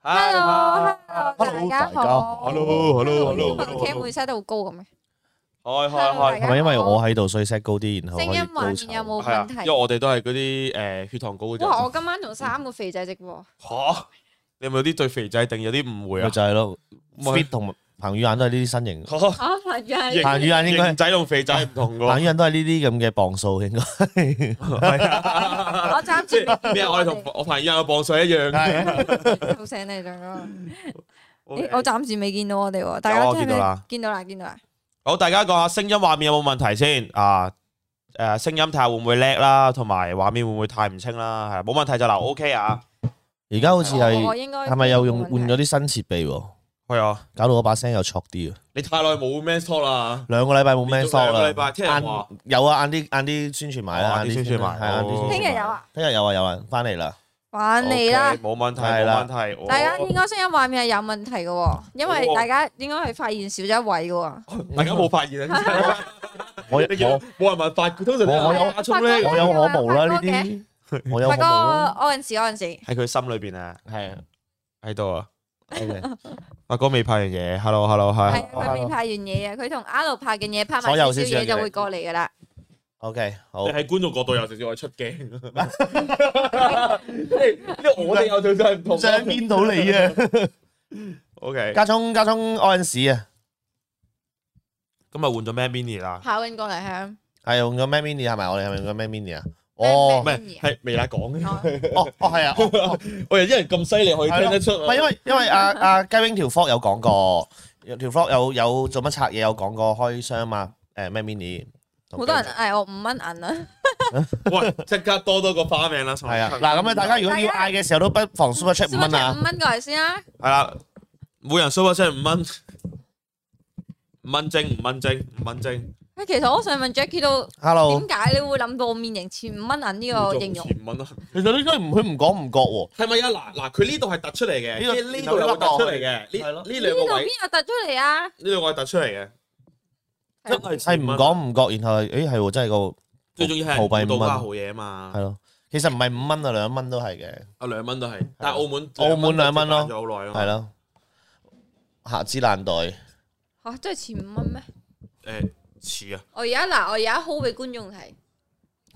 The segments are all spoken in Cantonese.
Hello，Hello， Hello，大家好。 Hello，Hello，Hello，Hello，呢個 cam 會 set 到好高咁嘅，開開 Hello，大開家係咪因為我喺度所以 set 高啲，然後可以聲音高畫面有層？冇係啊問，題因為？我哋都係嗰啲誒血糖高嗰哇！啲我今晚同三個肥仔直播，嚇，你有冇啲對肥仔定有啲誤會咪啊？就係咯唔係，fit 同彭宇晏都係呢啲 身形，嚇，啊，彭宇係彭宇晏應該型仔同肥仔唔同彭㗎宇晏都係呢啲咁嘅磅數，應該 係啊，我暫即時係咩啊？我哋 同我朋友嘅磅水一樣 嘅。好醒你咗咯。 OK 咦我暫時未見到我哋喎，大家有啊聽唔見到啦聽見到啦，見到啦。好，大家講下聲音畫面有冇問題先啊？誒、聲音睇下會唔會叻啦，同埋畫面會唔會太唔清啦？係冇問題就留 OK 啊。而家好似我哦我係應該係咪又用冇問換題咗啲新設備喎？係啊，搞到我把聲又挫啲啊！你太耐冇 Man Talk 啦。兩個禮拜冇 man 連續 talk 兩個禮啦拜，聽人話晏有啊，晏啲晏啲宣傳埋哦啦，晏啲宣傳埋係晏啲。哦聽日有，啊，聽日有啊有啊，翻嚟啦，玩你啦 OK，！冇問題，係冇啦問題。我大家應該聲音畫面係有問題嘅喎，因為哦大家應該係發現少咗一位嘅喎。大家冇發現 啊？ 我你見到我冇人問法，通常都我係有阿聰咧，我有啊可無啦呢啲，我有發可無啦，哥嗰陣時，嗰陣時喺佢心裏邊啊，係啊，喺度啊。阿哥未拍完嘢，hello，hello，hi 係啊佢未拍完嘢啊，佢同阿盧拍嘅嘢拍埋所少有少少少嘢嘢就會過嚟嘅啦。 OK 好你。喺觀眾角度又直接我出 鏡，即係因為我哋有對真係唔同。想見到你啊！ O K，加葱加葱安士啊，今日換咗 Man Mini 啦。跑緊過嚟 係係用咗 Mac Mini 係咪？我哋係咪用咗 Mac Mini 啊？哦唔係，係微辣講嘅。啊，哦哦係啊， 哦我哋啲人咁犀利，可以聽得出啊。唔係因為因為阿阿雞 wing 條 vlog 有講過，條 vlog 有有做乜拆嘢有講過開箱嘛？誒 Mac Mini 同好多人嗌我五蚊銀啊！喂，即刻多多個花名啦。係啊嗱咁啊，大家如果要嗌嘅時候都不妨嗯 super chat 五 Super 蚊 Chat 啊五！蚊過嚟先啊！係啦，每人 super 出五蚊，五蚊精，五蚊精，五蚊精，喂其實我想問 Jackie 都 Hello，點解你會諗到我面型似五蚊銀呢個形容？五蚊啊。其實應該唔佢唔講唔覺喎，係咪啊？嗱嗱，佢呢度係突出嚟嘅，呢度呢呢度又會突出嚟嘅，係呢咯呢呢兩度個位，邊有突出嚟啊？呢兩個係突出嚟嘅。真係係唔講唔覺，然後誒係喎，真係個最重要澳係幣到五蚊家好嘢啊嘛，係咯。其實唔係五蚊啊，兩蚊都係嘅，啊兩蚊都係，但係澳門澳門兩蚊咯就好耐咯。啊係咯。下之爛袋，嚇，真係似五蚊咩？誒似啊我而家嗱，我而家 hold 俾觀眾睇，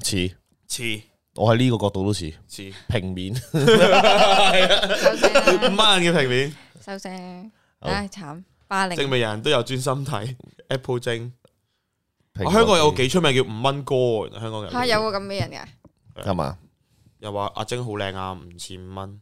似似我喺呢個角度都似 似，平面。收聲五蚊啦，嘅平面，收聲！好唉，慘，霸凌證。明人都有專心睇 Apple 精。蘋啊果香港有機個幾出名叫五蚊哥喎，香港人嚇有個咁嘅人㗎，係嘛？又話阿晶好靚啊，唔似五蚊，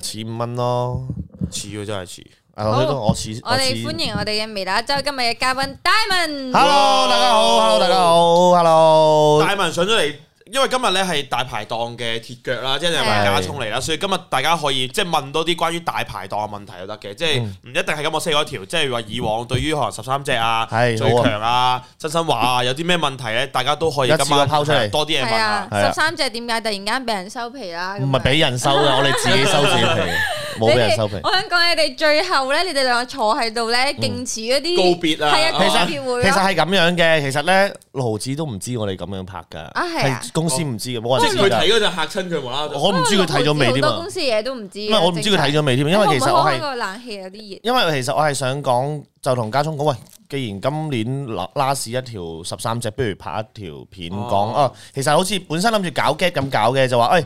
似五蚊咯，似嘅真係似。啊好我都我似我哋歡迎我哋嘅微辣一周今日嘅嘉賓 Diamond。 Hello 大家好，Hello 大家好，Hello 大文上咗嚟，因為今日咧係大排檔嘅鐵腳啦，即係埋加葱嚟啦，所以今日大家可以即係問多啲關於大排檔嘅問題就得嘅，即係唔一定係咁我四嗰條，即係話以往對於可能十三隻啊、係最好啊強啊、真心話啊，有啲咩問題咧，大家都可以一次過今晚拋出嚟係多啲嘢問係下啊，。係啊十三隻點解突然間俾人收皮啦？咁唔樣係俾人收 嘅，我哋自己收自己皮，冇俾人收皮嗯你哋。我想講你哋最後咧，你哋兩個坐喺度咧，勁似嗰啲告別啊係啊，其告實別會其實咯。係咁樣嘅，其實咧六毫子都唔知我哋咁樣拍噶，啊係啊哦係公司唔知嘅，冇即人係知佢㗎。睇嗰陣嚇親佢無啦啦就，我唔知佢睇咗未好添多啊公，司嘢都唔知嘅。因為我唔知佢睇咗未添，因為其實我開係個冷氣有啊啲熱。因為其實我係想講，就同家聰講，喂，既然今年拉拉屎一條十三隻，不如拍一條片講哦哦。其實好似本身諗住搞 get 咁搞嘅，就話誒，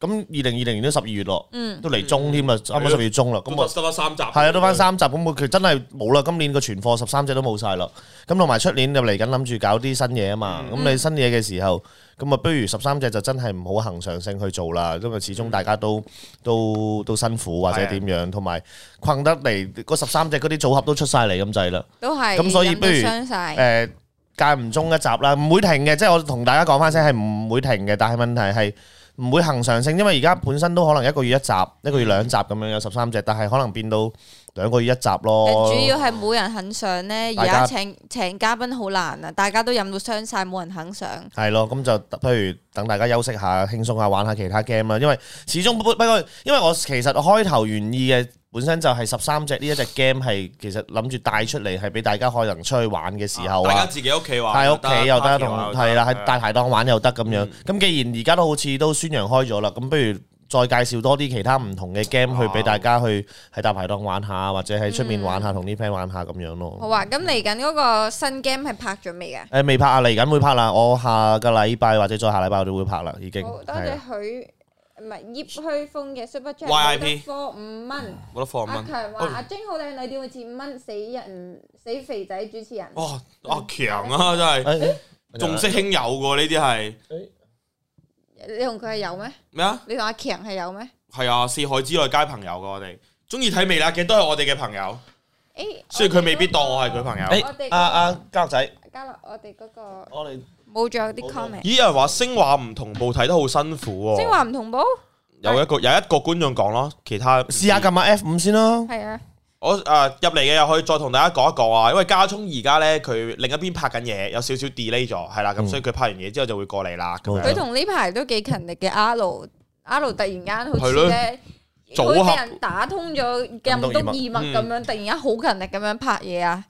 咁二零二零年都十二月咯，嗯，都嚟中添啦，啊啱啱十二月中啦，咁咁我我。得翻三集，係啊，都翻三集咁，佢真係冇啦。今年個存貨十三隻都冇晒啦。咁同埋出年就嚟緊諗住搞啲新嘢啊嗯嘛。咁你新嘢嘅時候，咁啊不如十三隻就真係唔好恒常性去做啦，因為始終大家嗯都都都辛苦或啊者點樣，同埋困得嚟嗰十三隻嗰啲組合都出晒嚟咁滯啦。都係。咁所以飲到不如傷晒。誒間唔中一集啦，唔會停嘅，即係我同大家講翻聲係唔會停嘅，但係問題係唔會恒常性，因為而家本身都可能一個月一集、一個月兩集咁樣有十三隻，但係可能變到兩個月一集咯。主要係冇人肯上咧，而大家家請請嘉賓好難啊！大家都飲到傷晒，冇人肯上。係咯，咁就不如等大家休息下、輕鬆下、玩下其他 game 啊啦。因為始終不不過，因為我其實開頭原意嘅本身就係十三隻呢一隻 game 係其實諗住帶出嚟係俾大家可能出去玩嘅時候大家啊，自己屋企玩，喺屋企又得，同玩係啦，喺大係排檔玩又得咁樣。咁既然而家都好似都宣揚開咗啦，咁不如再介紹多啲其他唔同嘅 game 去俾大家去喺大排檔玩下，或者喺出面玩下，同啲 friend 玩下咁樣好咯。啊，咁嚟緊嗰個新 game 係拍咗未嘅？誒未拍啊，嚟緊會拍啦，我下個禮拜或者再下禮拜我哋會拍啦，已經。好多係謝啊許唔係葉虛峰嘅 super chat， YIP 科五蚊。冇得放阿蚊。哦強話阿晶好靚女，點會似五蚊死人死肥仔主持人？哇！阿強啊，真係誒重色輕友喎，呢啲係你同佢係有咩？咩啊？你同阿強係有咩？係啊，四海之內皆朋友噶，我哋中意睇微辣嘅都係我哋嘅朋哦友，誒，雖然佢未必當我係嗰佢個朋友。我哋誒阿阿家樂仔，加落我哋嗰個我哋冇咗啲冇咗 comment，咦？有人話星話唔同步睇得好辛苦喎。即係話唔同步，有一個有一個觀眾講咯，其他哎試下撳下 F 五先咯。係啊，我誒入嚟嘅又可以再同大家講一講啊，因為家聰而家咧佢另一邊拍緊嘢，有少少 delay 咗，係啦，咁嗯所以佢拍完嘢之後就會過嚟啦。咁冇錯佢樣同呢排都幾勤力嘅。阿盧阿盧突然間好係似咯咧。組佢合俾人打通咗任督二脈咁嗯樣，突然間好勤力咁樣拍嘢啊！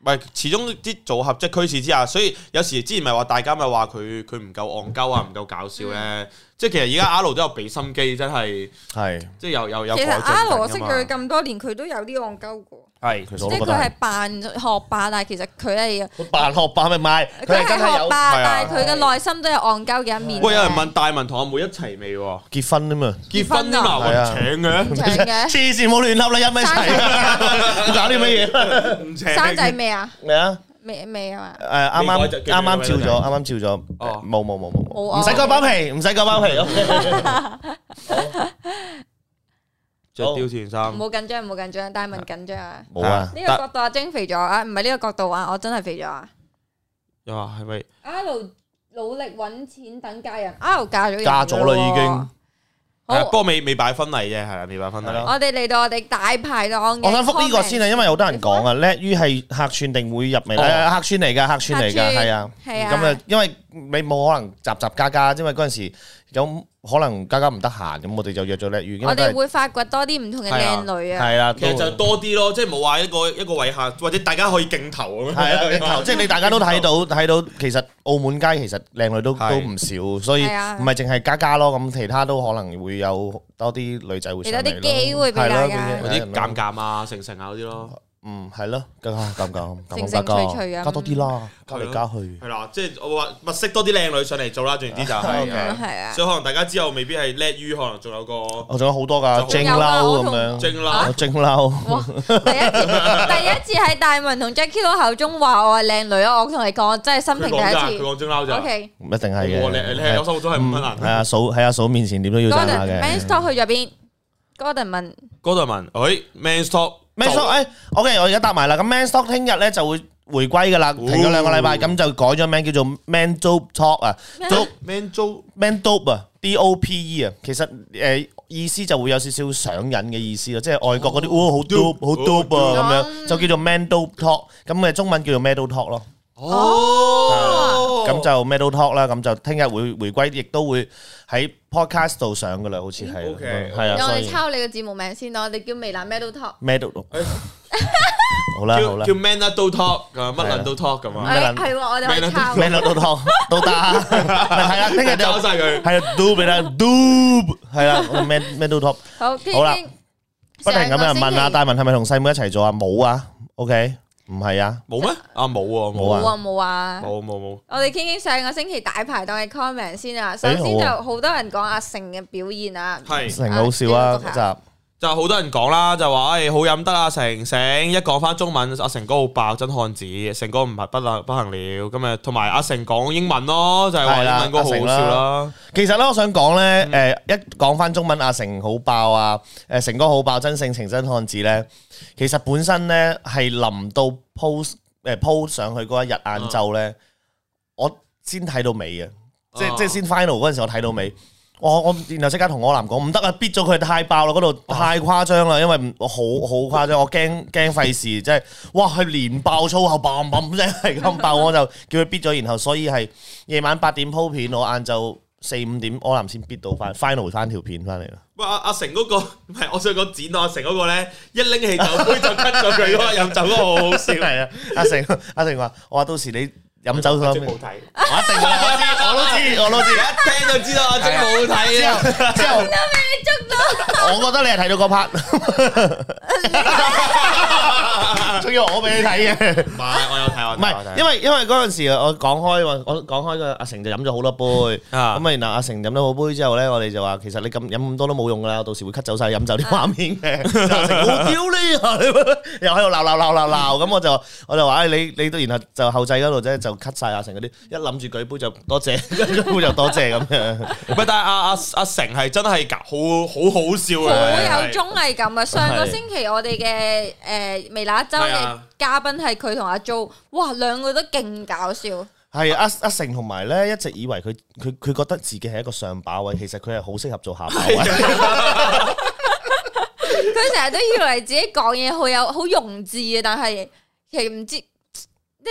唔係始終啲組合即係驅使之下，所以有時之前咪話大家咪話佢佢唔夠戇鳩啊，唔夠搞笑嗯咧。即係其實而家阿盧都有俾心機，真係係，即係又又有其改實進阿盧我緊識㗎佢嘛。咁多年，佢都有啲戇鳩過。係其實即我係都佢覺得係係。扮學霸，但係其實佢係佢扮學霸咪賣，佢佢係係真係學有係霸，啊但係佢嘅內心都有戇鳩嘅一面嘅。喂，有人問大文同阿妹一齊未喎？結婚啊嘛。結結婚婚添啊？啊我唔請嘅，請嘅黐線冇亂笠啦，一 咪生齊仔未啊搞啲乜嘢？唔請嘅。生仔未啊？咩啊？未未啊嘛？誒啱未啱改就啱啱照繼續咗，啱啱照咗，哦冇冇冇冇冇冇，啊唔使割包皮，唔使割包皮。 着貂蟬衫唔。好緊張，唔好緊張，但係文緊張啊！冇啊，呢個角度啊，蒸肥咗啊！唔係呢個角度啊，我真係肥咗啊！又話係咪？阿盧努力揾錢等嫁人，阿盧嫁咗人嫁咗啦已經㗎喎。係啊不好，過未未擺婚禮啫，係啦，未擺婚係咯禮。啊我哋嚟到我哋大排檔嘅。我想覆呢個先啊，因為有好多人講啊，叻於係客串定會入嚟，哦係客串嚟㗎，客串嚟客串㗎，係啊。係啊咁啊，因為你冇可能集集加加，因為嗰陣時有可能加加唔得閒，咁我哋就約咗叻於，因為我都哋係會發掘多啲唔同嘅靚女啊！係啦，其實就都多啲咯，即係冇話一個一個位下，或者大家可以鏡頭咁樣。 係啊，你頭即係你大家都睇到睇到，其實澳門街其實靚女都係都唔少，所以係啊唔係淨係家家咯，咁其他都可能會有多啲女仔會上嚟咯俾多啲機會俾大家係嗰咯啲尷，尬啊、成成啊嗰啲咯。嗯係咯，加加咁咁咁成加成加趣趣咁加多啲啦，加嚟加去。係啦，即係我話物色多啲靚女上嚟做啦，總言之 就咁樣係。係啊！所以可能大家之後未必係叻於，可能仲有個我仲有好多㗎，蒸仲有啊褸我同咁樣，精啦有。蒸褸哇！第一次第一次 喺大文同 Jackie 佬口中話我係靚女啊！我同你講，我真係心佢平講咋？第佢一次。講精啦咋？ O K，唔一定係我你你喺我嘅。心目中係五蚊係銀。啊，嫂喺阿嫂面前點都要讚下 Gordon Man 嘅。 Talk 去咗邊？Gordon 問嗰度問，誒 Man Stop Man Stock，誒，OK，我而家答埋啦。咁 Man Stock 聽日咧就會回歸㗎啦，停咗兩個禮拜，咁就改咗名叫做 Man Dope Talk 啊。咩 Dope Man Joe man dope 啊，D O P E 啊，其實誒、呃意思就會有少少上癮嘅意思咯，即係外國嗰啲哇好 dope 好 dope 哦啊咁樣，就叫做 man dope talk，咁嘅中文叫做 metal talk 咯，哦，咁就 metal talk 啦，咁就聽日會回歸，亦都會喺 podcast 度上噶啦，好似係， OK，係啊，我所哋以抄你個節目名先咯，我哋叫微辣 Metal Talk。 metal 哎好啦好叫啦叫 Man 啦都 talk，咁啊乜撚都 talk 咁啊，咩誒啦哎係喎，我哋可以抄。 ，metal talk 都得，係啦，聽日就搞晒佢。係啊，dope 啦，dope 係啦，man metal talk。好，傾好啦傾。不停咁有人問啊，上個星期大文係咪同細妹一齊做啊？冇啊，OK，唔 à. 係啊，冇咩？啊冇喎，冇冇啊冇啊冇啊。冇冇冇。我哋傾傾上個星期大排檔嘅 comment 先啊。首先好就啊好多人講阿成嘅表現啊，係成好笑啊啊嗰集，就好多人講啦，就話誒好飲得啊，成成一講翻中文，阿成哥好爆真漢子，成哥唔係不能不行了。咁啊，同埋阿成講英文咯，就係話係英啦文歌好好笑啦。其實咧我想講咧，誒一講翻中文阿成好爆啊，誒成哥好爆，真性情真漢子咧，其實本身咧係臨到 post 誒 post 上去嗰一日晏晝咧，我先睇到尾嘅，即啊係即係先 final 嗰陣時我睇到尾。我我然後即刻同柯南講唔得啊，逼咗佢太爆啦，嗰度太誇張啦，因為唔我好好誇張，我驚驚費事，即係哇佢連爆粗口砰砰聲係咁爆，我就叫佢逼咗，然後所以係夜晚八點鋪片，我晏晝四五點柯南先逼到翻 final 翻條片翻嚟啦。喂，阿阿成嗰個唔係，我想講剪到阿成嗰個咧，一拎起酒杯就 cut 咗佢嗰個飲酒嗰個好好笑。係啊，阿成阿成話：我話到時你飲酒阿心晶冇睇，我一定㗎啦我知，我都知，我都知。一聽就知道阿晶冇睇之啊！後之後，我覺得你係睇到嗰 part，啊仲要我俾你睇嘅。 唔係，我有睇，我唔係，因為因為嗰陣時我講開話，我講開個阿成就飲咗好多杯，啊咁啊然後阿成飲咗好杯之後咧，我哋就話其實你咁飲咁多都冇用㗎啦，到時會 cut 走晒飲酒啲畫面嘅。就阿成好屌 你啊！又喺度鬧鬧鬧鬧鬧，咁我就我就話唉你你都然後就後製嗰度啫，就 cut 晒阿成嗰啲，一諗住舉杯就多 謝，舉杯就多謝咁樣。喂，但係阿阿阿成係真係搞好好好笑嘅，好有係綜藝感啊！上個係星期我哋嘅誒微辣一周係嘅啊嘉賓係佢同阿 Jo，哇兩個都勁搞笑，係阿阿成同埋咧，一直以為佢佢佢覺得自己係一個上把位，其實佢係好適合做下把位。佢成日都以為自己講嘢好有好用字嘅，但係其實唔知即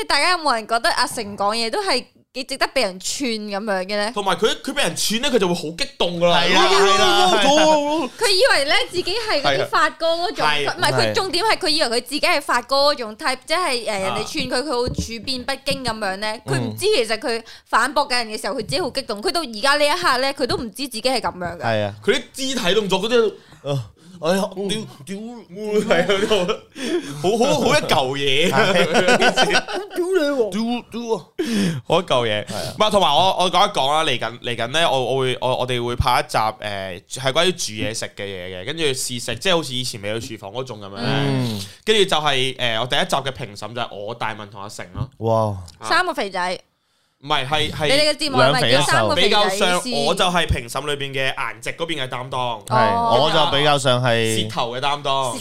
係大家有冇人覺得阿成講嘢都係幾值得俾人串咁樣嘅咧？同埋佢佢俾人串咧，佢就會好激動啊噶啦，係啦係啊啦啦，佢以為咧自己係嗰啲發哥嗰種，係佢唔係係佢重點係佢以為佢自己係發哥嗰種 type，即係誒人啊哋串佢，佢好處變不驚咁樣咧。佢唔嗯知其實佢反駁緊人嘅時候，佢自己好激動。佢到而家呢一刻咧，佢都唔知自己係咁樣嘅。係啊，佢啲肢體動作嗰啲，哦哎呀，屌屌，係喺度，好好好一嚿嘢，啊屌你，屌屌啊，好一嚿嘢。唔係，同埋我我講一講啦，嚟緊嚟緊咧，我我會我我哋會拍一集誒係關於煮嘢食嘅嘢嘅，跟住試食，即係好似以前未去廚房嗰種咁樣咧。嗯，跟住就係誒我第一集嘅評審就係我大文同阿成咯，哇，三個肥仔，唔係係係你哋嘅節目係咪叫三個比肥仔較嘅上，意我就思？係評審裏邊嘅顏值嗰邊嘅擔當，哦係，我就比較上舌係頭嘅擔 當，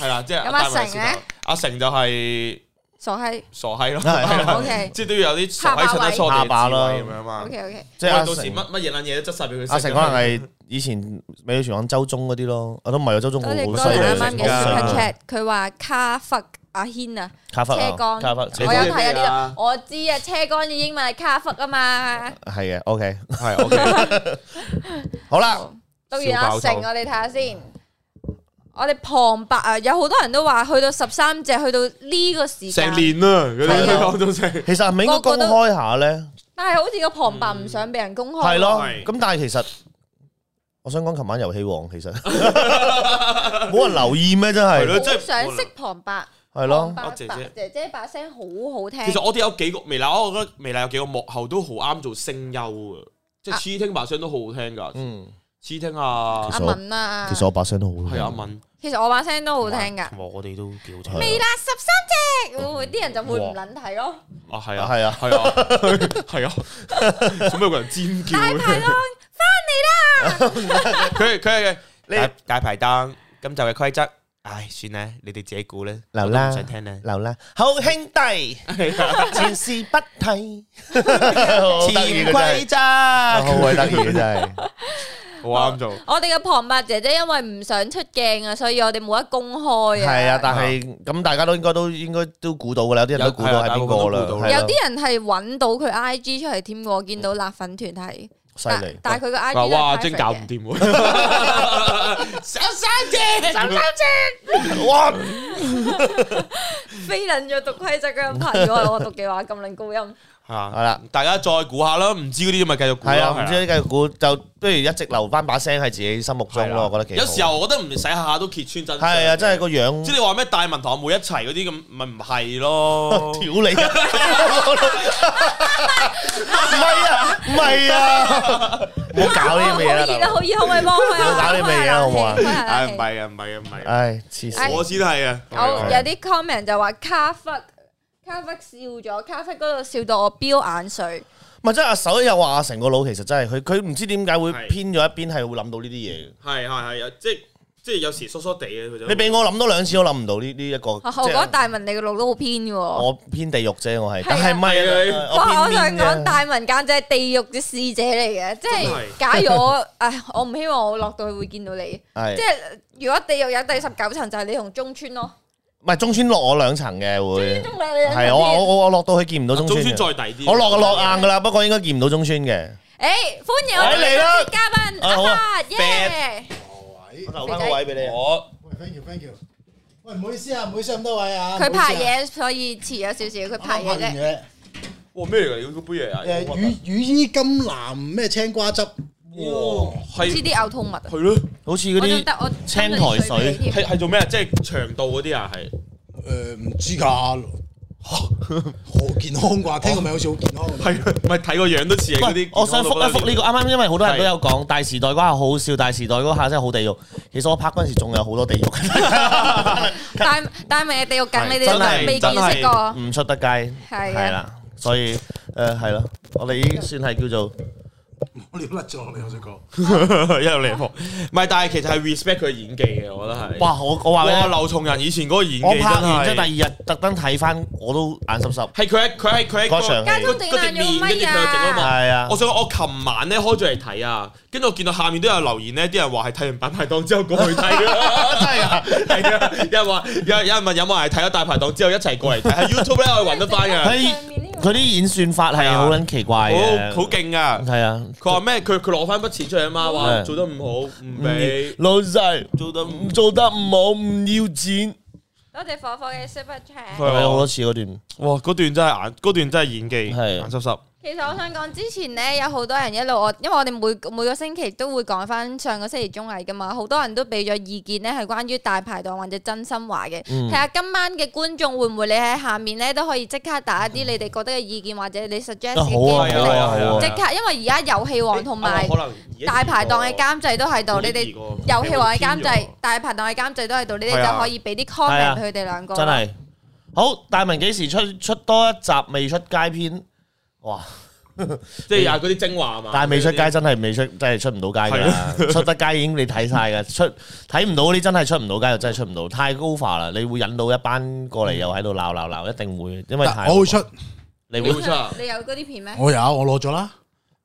係啦，即係咁阿戴文係成啊舌頭呢阿成就係傻閪。傻閪咯，係係啦 OK 即係都要有啲傻閪襯得出我哋嘅智慧咁樣嘛 OK。OK，即係阿到時乜成，乜嘢撚嘢都執晒俾佢食。阿成可能係以前美女傳講周中嗰啲咯，我都唔係有周中好多好謝犀利多謝啱啱嘅好犀利 super 嘅 chat，佢話卡弗阿軒啊，卡忽車啊，缸卡忽，我有你知睇咩啊呢啊度，我知啊，車杆嘅英文係卡弗啊嘛。係嘅，OK，係 OK，好啦，到完笑阿爆成，啊頭我哋睇下先。我哋旁白啊，有好多人都話去到十三隻，去到呢個時成間，年啦，嗰啊係啲啊講到成。其實係咪應該公開下咧？但係好似個旁白唔想俾人公開。係咯，係咁但係其實我想講琴晚遊戲 王其實冇人留意咩？真係咯係好想識旁白，係咯旁。白阿姐姐姐姐把聲好好聽其。實我哋有幾個微辣，我覺得微辣有幾個幕後都好啱做聲優啊，即係啊黐聽把聲都好好聽㗎，嗯，黐聽啊其阿實我敏啊其，實我把聲都好係阿敏其實我把聲都好聽㗎。同埋我哋都幾好聽。未啦，十三隻，會啲人就會唔撚睇咯。啊，係啊係啊係啊，係啊，做咩有個人尖叫？大排檔 佢佢係呢大排檔今集嘅規則，唉，算啦，你哋自己估啦，流啦我都唔想聽啦，流啦，好兄弟，前事不提，潛規則，好鬼得意嘅真係，好啱做。我哋嘅旁白姐姐因為唔想出鏡啊，所以我哋冇得公開啊。係啊，但係咁大家都應該都應該都估到㗎啦，有啲人都估到係邊個啦，有係有啦啲人係揾到佢 I G 出嚟添嘅，我見到辣粉團係，犀但利，啊但係佢個 I G 話都哇，係真 private 搞 唔嘅。掂喎！手三隻，手哇，非撚咗讀規則嘅拍，如果我讀嘅話咁撚高音，係啊，係啦，大家再估下啦，唔知嗰啲咪繼續估咯係啊，唔係知你繼續估，就不如一直留翻把聲喺自己心目中咯，我覺得幾好有時候我覺得唔使下下都揭穿真相係啊，真係個即樣係。你話咩大文同阿妹一齊嗰啲咁，咪唔係 咯？屌你啊！唔係啊，唔係啊，唔好 搞呢啲嘢啦，好熱啊，好大佬熱，可唔可以幫我開下唔好 搞呢啲咁嘅嘢啦好唔好啊開下冷唉，氣唔係啊，唔係啊，唔係啊，唔唉，黐係啊，唉線，我先係啊。有有啲 comment 就話卡忽卡忽笑咗，卡忽嗰度笑到我飆眼水，咪真係阿手又話阿成個腦其實真係佢，佢唔知點解會係偏咗一邊，係會諗到呢啲嘢嘅。係係係有即係即係有時疏疏地嘅佢就啊你俾我諗多兩次，我諗唔到呢呢一個。我即覺係得大文你嘅路都好偏嘅喎。我偏地獄啫，我係，係啊但係唔係係啊哇！我想我偏講面啫。大文簡直係地獄嘅使者嚟嘅，即真係係假如我， 唉，我唔希望我落到去會見到你。即係，係如果地獄有第十九層，就係你同中村咯。唔係中村落我兩層嘅會，中兩你兩係我我我我落到去見唔到中中村村嘅，再低啲，我落就啊落硬噶啦，不過應該見唔到中村誒，嘅。歡迎我哋哎嚟啦嘅嘉賓啊好啊阿發耶！我留返個位俾我 Thank you, thank you。喂，唔好意思啊，唔好意思咁多位啊。啊佢拍唔好意思啊，嘢，所以遲咗少少。佢拍嘢啱啱拍完啫。嘢。哇咩嚟㗎？你嗰杯嘢啊？诶羽羽衣甘藍咩青瓜汁，哇知係啲嘔吐物啊，係咯，好似嗰我仲啲得我青斟咗苔啲水俾你係添係做咩啊？即係腸道嗰啲啊，係诶呃唔知㗎，好健康啩？聽個名好似好健康。係啊唔係睇個樣都似係嗰喂啲。，我想覆一覆呢個啱啱，因為好多人都有講大時代嗰下好好笑，大時代嗰下真係好地獄。其實我拍嗰陣時仲有好多地獄，但但係咪地獄梗你哋真係都未見識過，唔出得街，係係啊，啦。所以誒係咯，我哋已經算係叫做我撩甩咗落嚟，我想講。 一路嚟唔係，但係其實係 respect 佢嘅演技嘅，我覺得係。哇！我我話俾你哇！聽，劉松仁以前嗰個演技我拍完之真係後第二日特登睇翻，我都眼濕濕。係佢喺佢喺佢喺嗯嗰場交戲通整爛咗咪啊！係啊我，想講我琴晚咧開咗嚟睇啊，跟住我見到下面都有留言咧，啲人話係睇完大排檔之後過去睇 啊，真係啊，係啊，有人話有有人問有冇人係睇咗大排檔之後一齊過嚟睇，喺 YouTube 咧我哋揾得翻 嘅，佢佢啲演算法係啊好撚奇怪嘅，好好勁啊！係啊。佢話咩？佢佢攞翻筆錢出嚟啊嘛，話係做得唔好唔俾。嗯老細做得唔啊做得唔好唔要錢，多謝火火嘅 super chat。係啊係好多次嗰段。哇！嗰段真係眼，嗰段真係演技係眼濕濕。其實我想講之前咧，有好多人一路我，因為我哋每每個星期都會講翻上個星期綜藝噶嘛，好多人都俾咗意見咧，係關於大排檔或者真心話嘅。嗯睇下、今晚嘅觀眾會唔會你喺下面咧都可以即刻打一啲你哋覺得嘅意見或者你 suggest 嘅啊嗯好啊 game 好嚟。啊好啊！即刻，因為而家遊戲王同埋可能而家哦大排檔嘅監製都喺度，我你已經哋見過遊戲王嘅監製、大排檔嘅監製都喺度，你係哋啊就可以俾啲係啊 comment 佢哋兩個。真係好。大文幾時出出多一集未出街篇？哇！即係有嗰啲精華啊嘛。 但係未出街真係未出，真係出唔到街㗎啦。出得街已經你睇晒㗎，出睇唔到嗰啲真係出唔到街，又真係出唔到。太 over 啦！你會引到一班過嚟又喺度鬧鬧鬧，一定會，因為但太我會出，你你會會出啊 你有嗰啲片咩？我有我攞咗啦。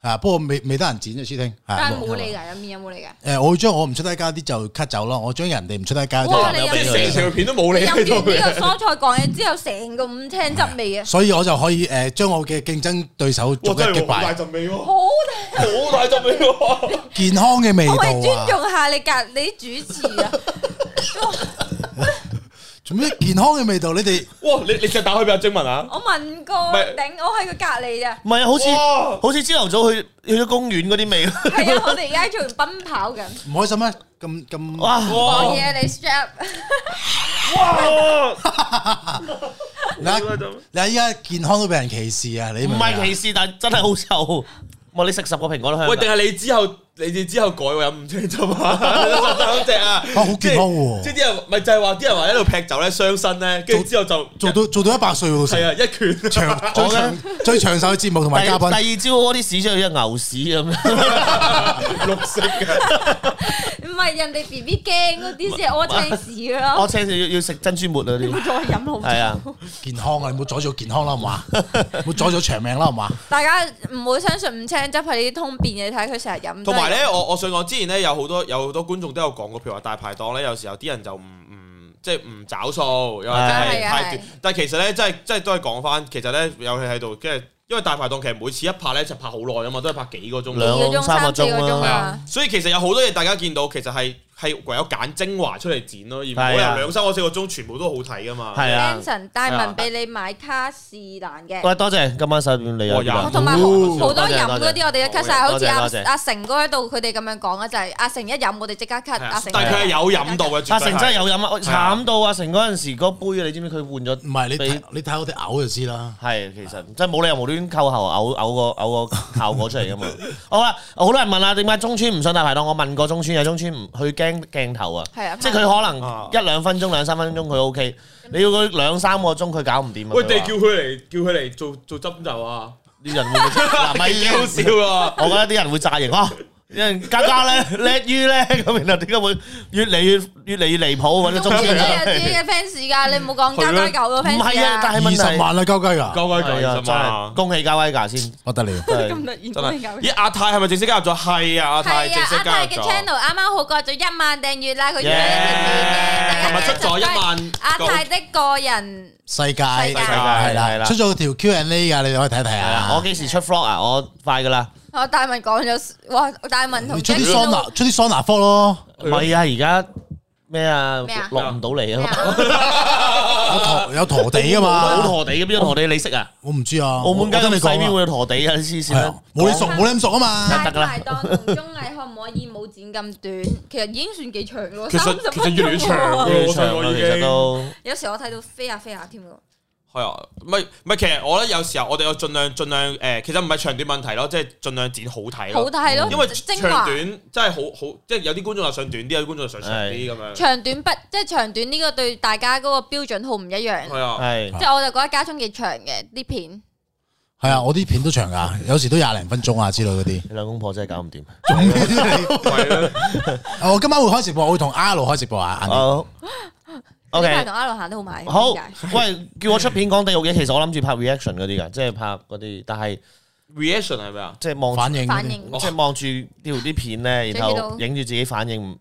啊，不過未未得人剪嘅，師兄。但係係冇你㗎，入面有冇你㗎？誒，我會將我唔出得街啲就 cut 走咯，我將人哋唔出得街嗰哇啲啊你就有即係俾佢成條片都冇你喺有度完呢嘅。個蔬菜講嘢之後，成個五青汁味 啊，所以我就可以誒將我嘅競爭對手逐一哇！真擊係好大敗，陣味喎，好大！好大陣味喎。健康嘅味可唔可以道尊啊！重下你隔你啲主持啊？做咩健康嘅味道？你哋哇！你你就打開俾阿精文啊。我問過唔係頂，我喺佢隔離啊。唔係啊？好似哇好似朝頭早去去咗公園嗰啲味，係啊，我哋而家做完奔跑緊，唔開心咩？啊咁咁哇！講哇！嘢你 strap，哇！你睇你睇依家健康都俾人歧視啊！啊你唔明係歧歧視，但真係好臭。哇！你食十個蘋果都香㗎。喂，定係你之後你哋之後改喎，飲五青汁啊，十三隻啊，好健康喎即係即係啲人咪就係話啲人話喺度劈酒咧傷身咧，跟住之後就做到做到一百歲喎，老係實啊一拳長最長最長壽嘅節目同第埋嘉賓。第二朝屙啲屎出去，一牛屎咁樣。綠色嘅，唔係人哋 B B 驚嗰啲先係屙青屎我咯。車要要食珍珠末嗰啲。再飲好係啊，健康啊！你冇阻住我健康啦，係嘛？冇啊阻住我長命啦，係嘛？大家唔好相信五青汁係呢啲通便嘅，睇佢成日飲。同埋咧，我我想講之前咧有好多有好多觀眾都有講過，譬如話大排檔咧，有時候啲人就唔唔即係唔找數，又或者係係啊太係短，但係其實咧真係真係都係講翻，其實咧有戲喺度，跟住因為大排檔其實每次一拍咧就拍好耐啊嘛，都係拍幾個鐘。兩兩個個鐘鐘三三個個鐘鐘係啊啊，，所以其實有好多嘢大家見到，其實係係唯有揀精華出嚟剪咯，而唔好有係啊兩三個四個鐘全部都好睇噶嘛。係啊。 Anson 大文俾你買卡士蘭嘅。喂，多謝今晚手點你我有我啊！同埋好好多飲嗰啲，我哋都 cut 晒，好多似謝阿多謝阿成哥喺度，佢哋咁樣講啊，就係阿成一飲，我哋即刻 cut 係阿啊成。但係佢係有飲到嘅，阿絕對成真係係有飲啊！我慘到阿成嗰陣時嗰杯啊，你知唔知佢換咗？唔係你睇俾你睇我哋嘔就知啦。係其實真係冇理由無端端扣喉嘔嘔個嘔個效果出嚟噶 嘛。好啦，好多人問啊，點解中村唔上大排檔？我問過中村嘅，中村唔佢驚鏡頭啊，係啊，即係佢可能啊一兩分鐘、兩三分鐘佢 OK，你要佢兩三個鐘佢搞唔掂啊！喂，佢你話叫佢嚟叫佢嚟做做針就啊，啲人會 唔會嗱咪幾好笑啊！我覺得啲人會炸型啊！有人家 家咧叻於咧，咁然後點解會越嚟越越嚟越離譜揾咗中中村村都有啊自己嘅 fans 㗎，你唔好講家家狗嘅唔 fans 係啊，但係二問題十萬啦，交雞㗎，夠鬼係講啊真啫嘛係，恭喜加威㗎先，不得了。真係咁突然真係。係咦，阿泰係咪正式加入咗？係啊，阿泰啊，正式阿加泰入嘅咗。 channel 啱啱好過咗一萬訂閱啦，佢越嚟越耶！琴熱日出嘅，咗一萬阿個泰的個人世界世界係係啦，啦出咗條 Q&A 㗎，你哋可以睇睇係啦，啊我。幾時出 vlog 啊？我快㗎啦，我大文講咗，哇！大文同你出啲 Jacky 都哎 sauna，出啲 sauna 科咯。唔係啊，而家咩啊咩啊落唔到嚟咩啊，啊？有陀有陀地噶冇啊嘛？陀地嘅邊有陀地你識啊？我唔知啊，澳門街我咁跟你細邊講會啊，有陀地啊？你黐線係啦啊，！冇你熟冇你咁熟啊嘛。大得㗎啦排檔同綜藝可唔可以冇剪咁短？其實已經算幾長咯，其三實十其實分越嚟越鐘長喎。喎，幾長啊，其實都有時我睇到飛下飛下添喎。 係啊，唔係唔係，其實我覺得有時候我哋要盡量盡量誒，其實唔係長短問題咯，即係盡量剪好睇好咯。睇咯，因為精長華短真係好好，即係有啲觀眾就想短啲，有啲觀眾就想長啲咁樣。長短不即係長短呢個對大家嗰個標準好唔一樣。係啊，係即係我就覺得家聰幾長嘅啲片，係啊，我啲片都長噶，有時都廿零分鐘啊之類嗰啲。你兩公婆真係搞唔掂。做咩啫你係啊，我今晚會開直播，我會同阿路開直播啊。晏啲好呢排，OK，同阿樂行都好埋。好點解。喂，叫我出片講地獄嘢，其實我諗住拍 reaction 嗰啲㗎，即係拍嗰啲，但係 reaction 係咪啊？即係望反哦應嗰啲反應即係望住條啲片咧，然想後知道影住自己反應，唔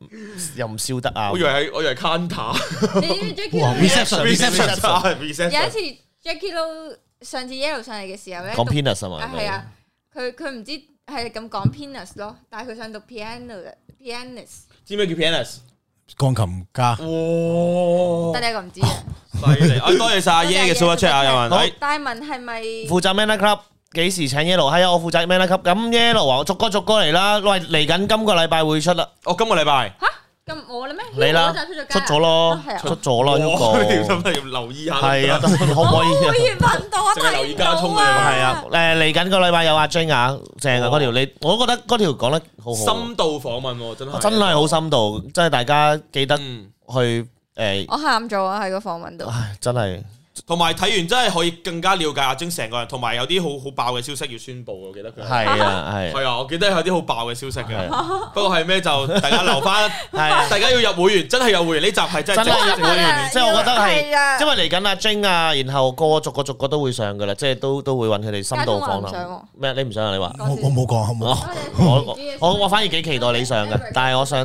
又唔笑得啊！我以為係我以為 counter 你知唔知 Jackie 哇 Lou- reception reception reception 有一 reception 次 Jackie Lou 上次 Yellow 上嚟嘅時候咧，講讀 penis à 啊嘛，啊係啊，佢佢唔知係咁講 penis 咯，但係佢想讀 piano 嘅 pianist，知咩叫 pianist？鋼琴家，哇哦但！係你一個唔知嘅。犀利，啊多謝晒阿耶嘅 super chat 啊，有人好睇。大文係咪？負責 Man Club 幾時請 Yellow？係啊，我負責 Man Club。咁 Yellow 啊，我逐個逐個嚟啦。喂，嚟緊今個禮拜會出啦，我今個禮拜吓咁我啦咩？你我啦就出咗，街出咗咯啊係，啊出咗哇咯 你真，Hugo。係要留意下。係啊，可唔可我好以？緣分到我淨係留意睇家到聰嘅啊！係啊，誒嚟緊個禮拜有阿 J 啊，正啊哦嗰條你，我覺得嗰條講得好好，哦深度訪問喎，真係啊真係好深度，即係大家記得嗯去誒，我喊咗啊！喺個訪問度，唉真係同埋睇完真係可以更加了解阿晶成個人，同埋有啲好好爆嘅消息要宣佈，我記得佢係啊係。係啊，我記得有啲好爆嘅消息嘅，係不過係咩就大家留 翻，大家要入會員，真係入會員呢集係真係真係入會員，即係我覺得係啊係，因為嚟緊阿 Jing 啊，然後個個逐個逐個都會上噶啦，即係都都會揾佢哋深家度中話訪唔上談喎。咩？你唔想啊？你話我我冇講，我冇講。我我我反而幾期待你上 嘅，但係我想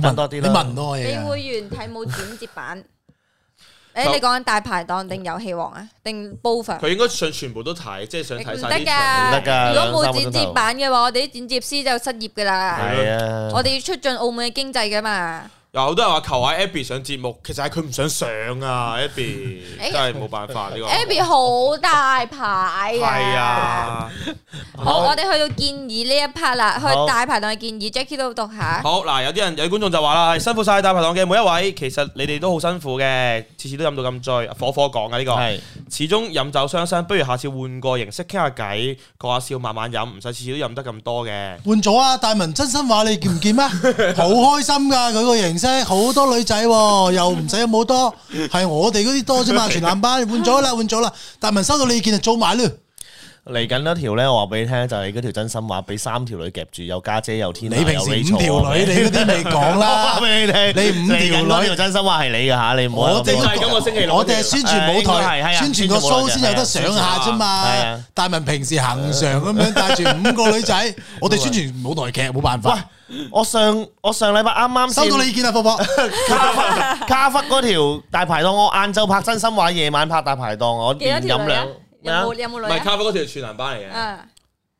問問多多啲啲，啦你問多你嘢啊。會員睇冇剪接 版？誒，你講緊大排檔定遊戲王啊？定 both 啊？佢應該想全部都睇，即係想唔睇得晒㗎，啲全部唔得㗎如果兩三冇個鐘頭剪接版嘅話，我哋啲剪接師就失業㗎啦。係啊，我哋要促進澳門嘅經濟㗎嘛。有好多人話求下 Abby 上節目，其實係佢唔想上啊，Abby 哎真係冇辦法呢個。 Abby 好大牌㗎。係。啊，好，我哋去到建議呢一 part 啦，去好大排檔嘅建議，Jackie 都讀下。好嗱，有啲人有啲觀眾就話啦，係辛苦晒大排檔嘅每一位，其實你哋都好辛苦嘅，次次都飲到咁醉，火火講嘅呢個。係始終飲酒傷身，不如下次換個形式傾下偈，講下笑，慢慢飲，唔使次次都飲得咁多嘅。換咗啊！大文真心話你見 唔見咩？好開心㗎，佢個形式好多女仔喎，又唔使咁好多，係我哋嗰啲多啫嘛，全男班換咗啦，換咗啦。大文收到你意見就做埋啦，嚟緊嗰條咧，我話俾你聽，就係你嗰條真心話，俾三條女夾住，有家姐，有天你娜，平有時 Rachel 五條女，我你嗰啲未講啦話。俾你聽，你五條嚟緊女嗰條真心話係你嘅嚇，你唔好我哋就係今個星期六我哋係宣傳舞係係台啊，宣傳個 show 先有得上下啫係嘛啊。大文平時行常咁樣帶住五個女仔，我哋宣傳舞台劇冇辦法。我上我上禮拜啱啱先收到你意見啦，波波。卡忽卡忽嗰條大排檔，我晏晝拍真心話，夜晚拍大排檔，我幾多連條飲女啊兩？有咩啊冇？有冇唔女係啊？卡夫嗰條全男班嚟嘅，嗯。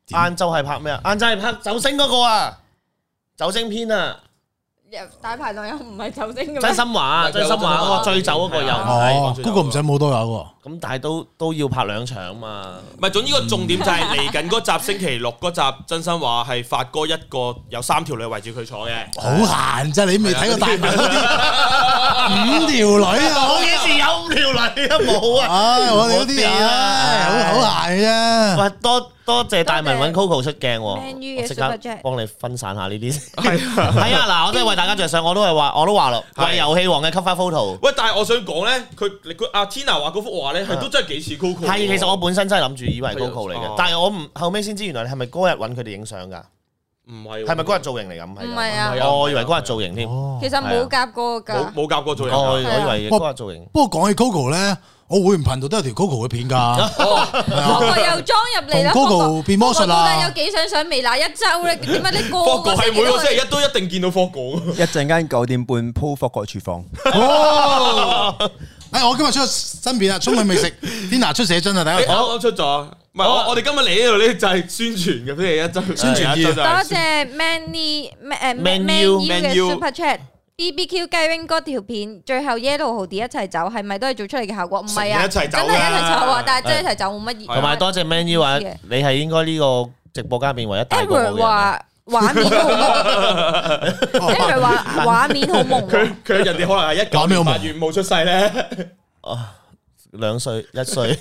晏晝係拍咩啊？晏晝係拍酒精嗰個啊，酒精篇啊，入大排檔又唔係酒精嘅咩真心話啊真心話，我醉酒嗰個又唔哦係，，嗰個唔使冇多有喎。咁但係都都要拍兩場啊嘛。唔係總之個重點就係嚟緊嗰集星期六嗰集真心話係發哥一個有三條女圍住佢坐嘅，哦好閒咋，你未睇過大文嗰啲五條女啊？我我幾時有五條女啊？冇 啊！唉，我哋嗰啲冇掂啊啊，好好閒嘅啫。喂，多多謝大文揾 Coco 出鏡喎， Man U 嘅我即 Super Jack 刻幫你分散下呢啲。係啊，嗱，我真係為大家着想，我都係話，我都話咯，係為遊戲王嘅 cover photo。喂，但係我想講咧，佢佢阿 Tina 話嗰幅畫咧係都真係幾似 Coco 喎。啊係，其實我本身真係諗住以為係係啊 Coco 嚟哦嘅，但係我唔後尾先知，原來你係咪嗰日揾佢哋影相㗎？唔係喎係咪嗰日造型嚟㗎？唔係㗎唔係啊唔係啊啊我以為嗰日造型添。我哦其實冇夾過㗎冇。冇夾過做人我啊？以為嗰日造型。不過講起 Coco 咧，我會員頻道都有條 Coco 嘅片㗎。嗰個又裝入嚟啦。同 Google 嗰個變魔術啊啦嗰個到底有幾想上微辣一周咧？點解你 個霍哥個係星每期都個星期去一都一定見到霍 哥。一陣間九點半鋪霍國 廚房，哦！哎，我今日出咗新片啊，中文美食天拿出寫真啊，大你家啱啱出咗，唔係我我哋今日嚟呢度咧就係宣傳嘅，譬如一周宣傳二一周就多係謝 Many 誒 Man Man U U 嘅 Super Chat。 BBQ 雞 wing 嗰條片，最後 yellow 豪啲一齊走，係咪都係做出嚟嘅效果？唔係成日啊，一齊走真係一齊走啦啊！但係真係一齊走冇乜意。同埋多謝 Man U 啊，你係應該呢個直播間入面唯一大過我 Edward 嘅人啊。話畫面好朦 ，Edward 話畫面好朦喎佢，佢人哋可能係一九搞咩年好忙八月冇出世 咧，兩歲一歲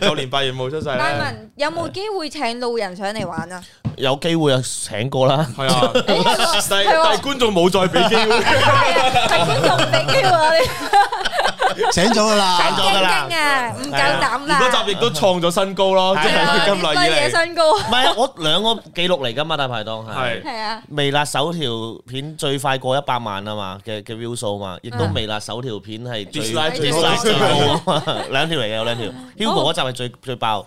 九年八月冇出世拉咧，文有冇機會請路人上嚟玩啊？有機會啊請過啦。 係啊，但係係喎但係觀眾冇再俾機會，係觀眾俾機會我哋，醒咗噶啦，咗㗎啦驚啊，唔夠膽啊啦。嗰集亦都創咗新高咯，即係係啊今呢堆嚟嘢以嚟，身高唔係啊，我兩個記錄嚟㗎嘛，大排檔係。係係啊，微辣首條片最快過一百萬啊嘛嘅嘅 view 數嘛，亦都嗯微辣首條片係最 dislike 最最高 dislike 最高。高啊嘛，兩條嚟嘅有兩條。Hugo 嗰集係最最爆，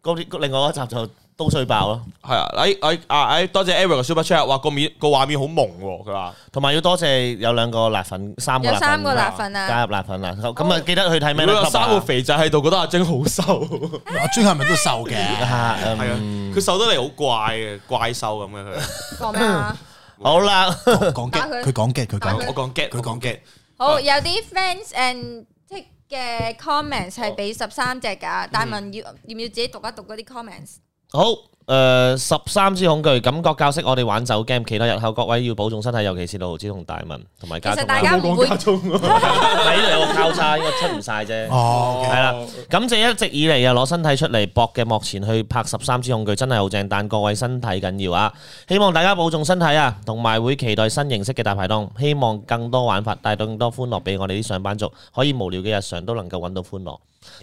嗰啲另外嗰集就都最爆咯。係啊，誒誒啊誒，多謝 Eric 嘅 super chat，話個面個畫面好朦喎，佢話同埋要多謝有兩個辣粉，三個有辣粉，三個辣粉啊加入辣粉啊！咁啊，記得去睇咩如果有三個個肥仔喺度，覺得阿晶好瘦，係阿尊係咪都瘦嘅？ 啊，啊嗯，佢瘦得嚟好怪嘅，怪瘦咁嘅佢。講咩啊？好啦， 講激，打佢佢講激，佢打講佢我激，講 get，佢講 get，好，有啲 fans and take 嘅 comments 係俾十三隻㗎，大文要要唔要自己讀一讀嗰啲 comments？好。誒十三之恐懼，感覺教識我哋玩酒 game，期待日後各位要保重身體，尤其是盧子同大文同埋其家實中大啦。家唔會， 喺度有個交叉，應該出唔晒啫。哦，係啦，感謝一直以嚟啊攞身體出嚟搏嘅幕前去拍十三支恐懼真係好正，但各位身體緊要啊！希望大家保重身體啊，同埋會期待新形式嘅大排檔，希望更多玩法帶到更多歡樂俾我哋啲上班族，可以無聊嘅日常都能夠揾到歡樂。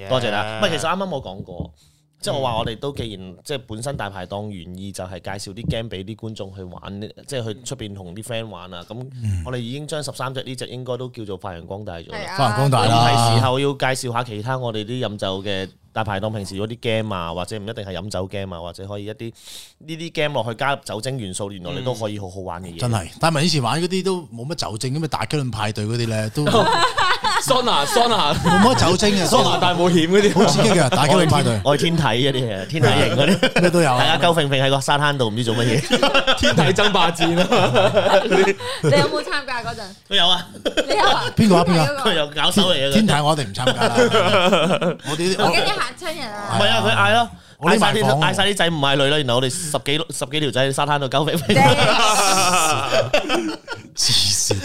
多謝啦！唔係，其實啱啱我講過，即係我話我哋都既然即係本身大排檔原意就係介紹啲 game 俾啲觀眾去玩，即係去出邊同啲 friend 玩啊。咁我哋已經將十三隻呢只應該都叫做發揚光大咗啦係。啊，發揚光大咁啦係時候要介紹下其他我哋啲飲酒嘅大排檔，平時嗰啲 game 啊，或者唔一定係飲酒 game 啊，或者可以一啲呢啲 game 落去加入酒精元素，原來你都可以好好玩嘅嘢。真係。但係以前玩嗰啲都冇乜酒精，咁嘅打機輪派對嗰啲咧都冇 Sona 啊 Sona 乜酒精嘅， Sona 大冒險嗰好 啲，刺激嘅打機輪派對，我係天體嗰啲嘢，天體型 嗰啲，咩都有啊。大家鳩揈揈喺個沙灘度唔知做乜嘢天體爭霸戰啊！你有冇參加嗰陣？都有啊，你有啊？邊個啊邊個啊邊個佢又搞手嚟嘅。天體我一定唔參加啦，我哋我驚我你嚇親人唔啊！係啊，佢嗌咯，我嗌晒匿埋啲房啊嗌晒啲仔唔嗌女啦，然後我哋十幾十幾條仔喺沙灘度鳩揈 正揈。黐線，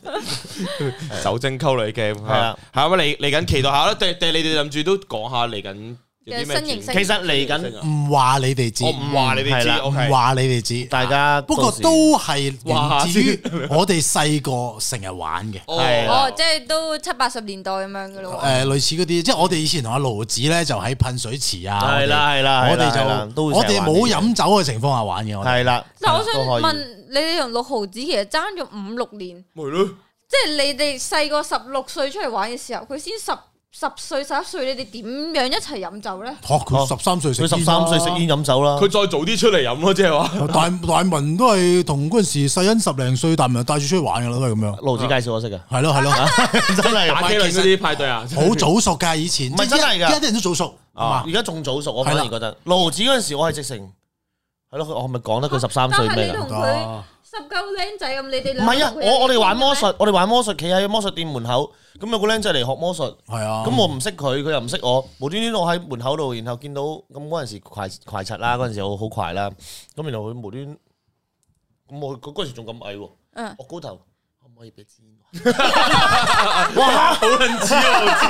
酒精溝女 game 係啊，係咁嚟嚟緊期待下啦，定定你哋諗住都講下嚟緊有啲咩嘅新形式轉其實 嚟緊變唔話你哋知，我唔話你哋係知啦，OK 唔。話你哋知，大家不過到時都係話源自於我哋細個成日玩嘅。係啊哦，即係都七八十年代咁樣嘅哦咯喎。誒類似嗰啲，即係我哋以前同阿盧子咧就喺噴水池啊，係啦係啦，我係啦係哋啦就都會我成日哋玩冇呢啲飲酒嘅情況下玩嘅，我哋係啦。但我想都可以問你哋同六毫子其實爭咗五六年，咪咯，即係你哋細個十六歲出嚟玩嘅時候，佢先十十歲十一歲，你哋點樣一齊飲酒咧？嚇佢哦十三歲食佢煙十三歲食啦煙飲酒啦，佢再早啲出嚟飲咯，即係話。大大文都係同嗰陣時細欣十零歲，大文就帶住出去玩噶啦，都係咁樣。盧子介紹我識嘅，係咯係咯， 真係打機類嗰啲派對啊，好 早熟㗎以前，唔係即係真係㗎哦而家啲人都早熟，係嘛而家仲早熟，我反係啦而覺得盧子嗰陣時我係直成係咯，佢我係咪講得佢十三歲啊但係咩你㗎同佢哦十九僆仔咁，你哋唔兩個係啊！同佢我我哋玩魔有術，我哋玩魔術，企喺魔術店門口，咁有個僆仔嚟學魔術，係啊。咁我唔識佢，佢又唔識我，無端端我喺門口度，然後見到咁嗰陣時快快柒啦，嗰陣時我好快啦，咁然後佢無端，咁我佢嗰陣時仲咁矮喎，嗯我高頭可唔可以俾支 煙我？哇，好撚似啊！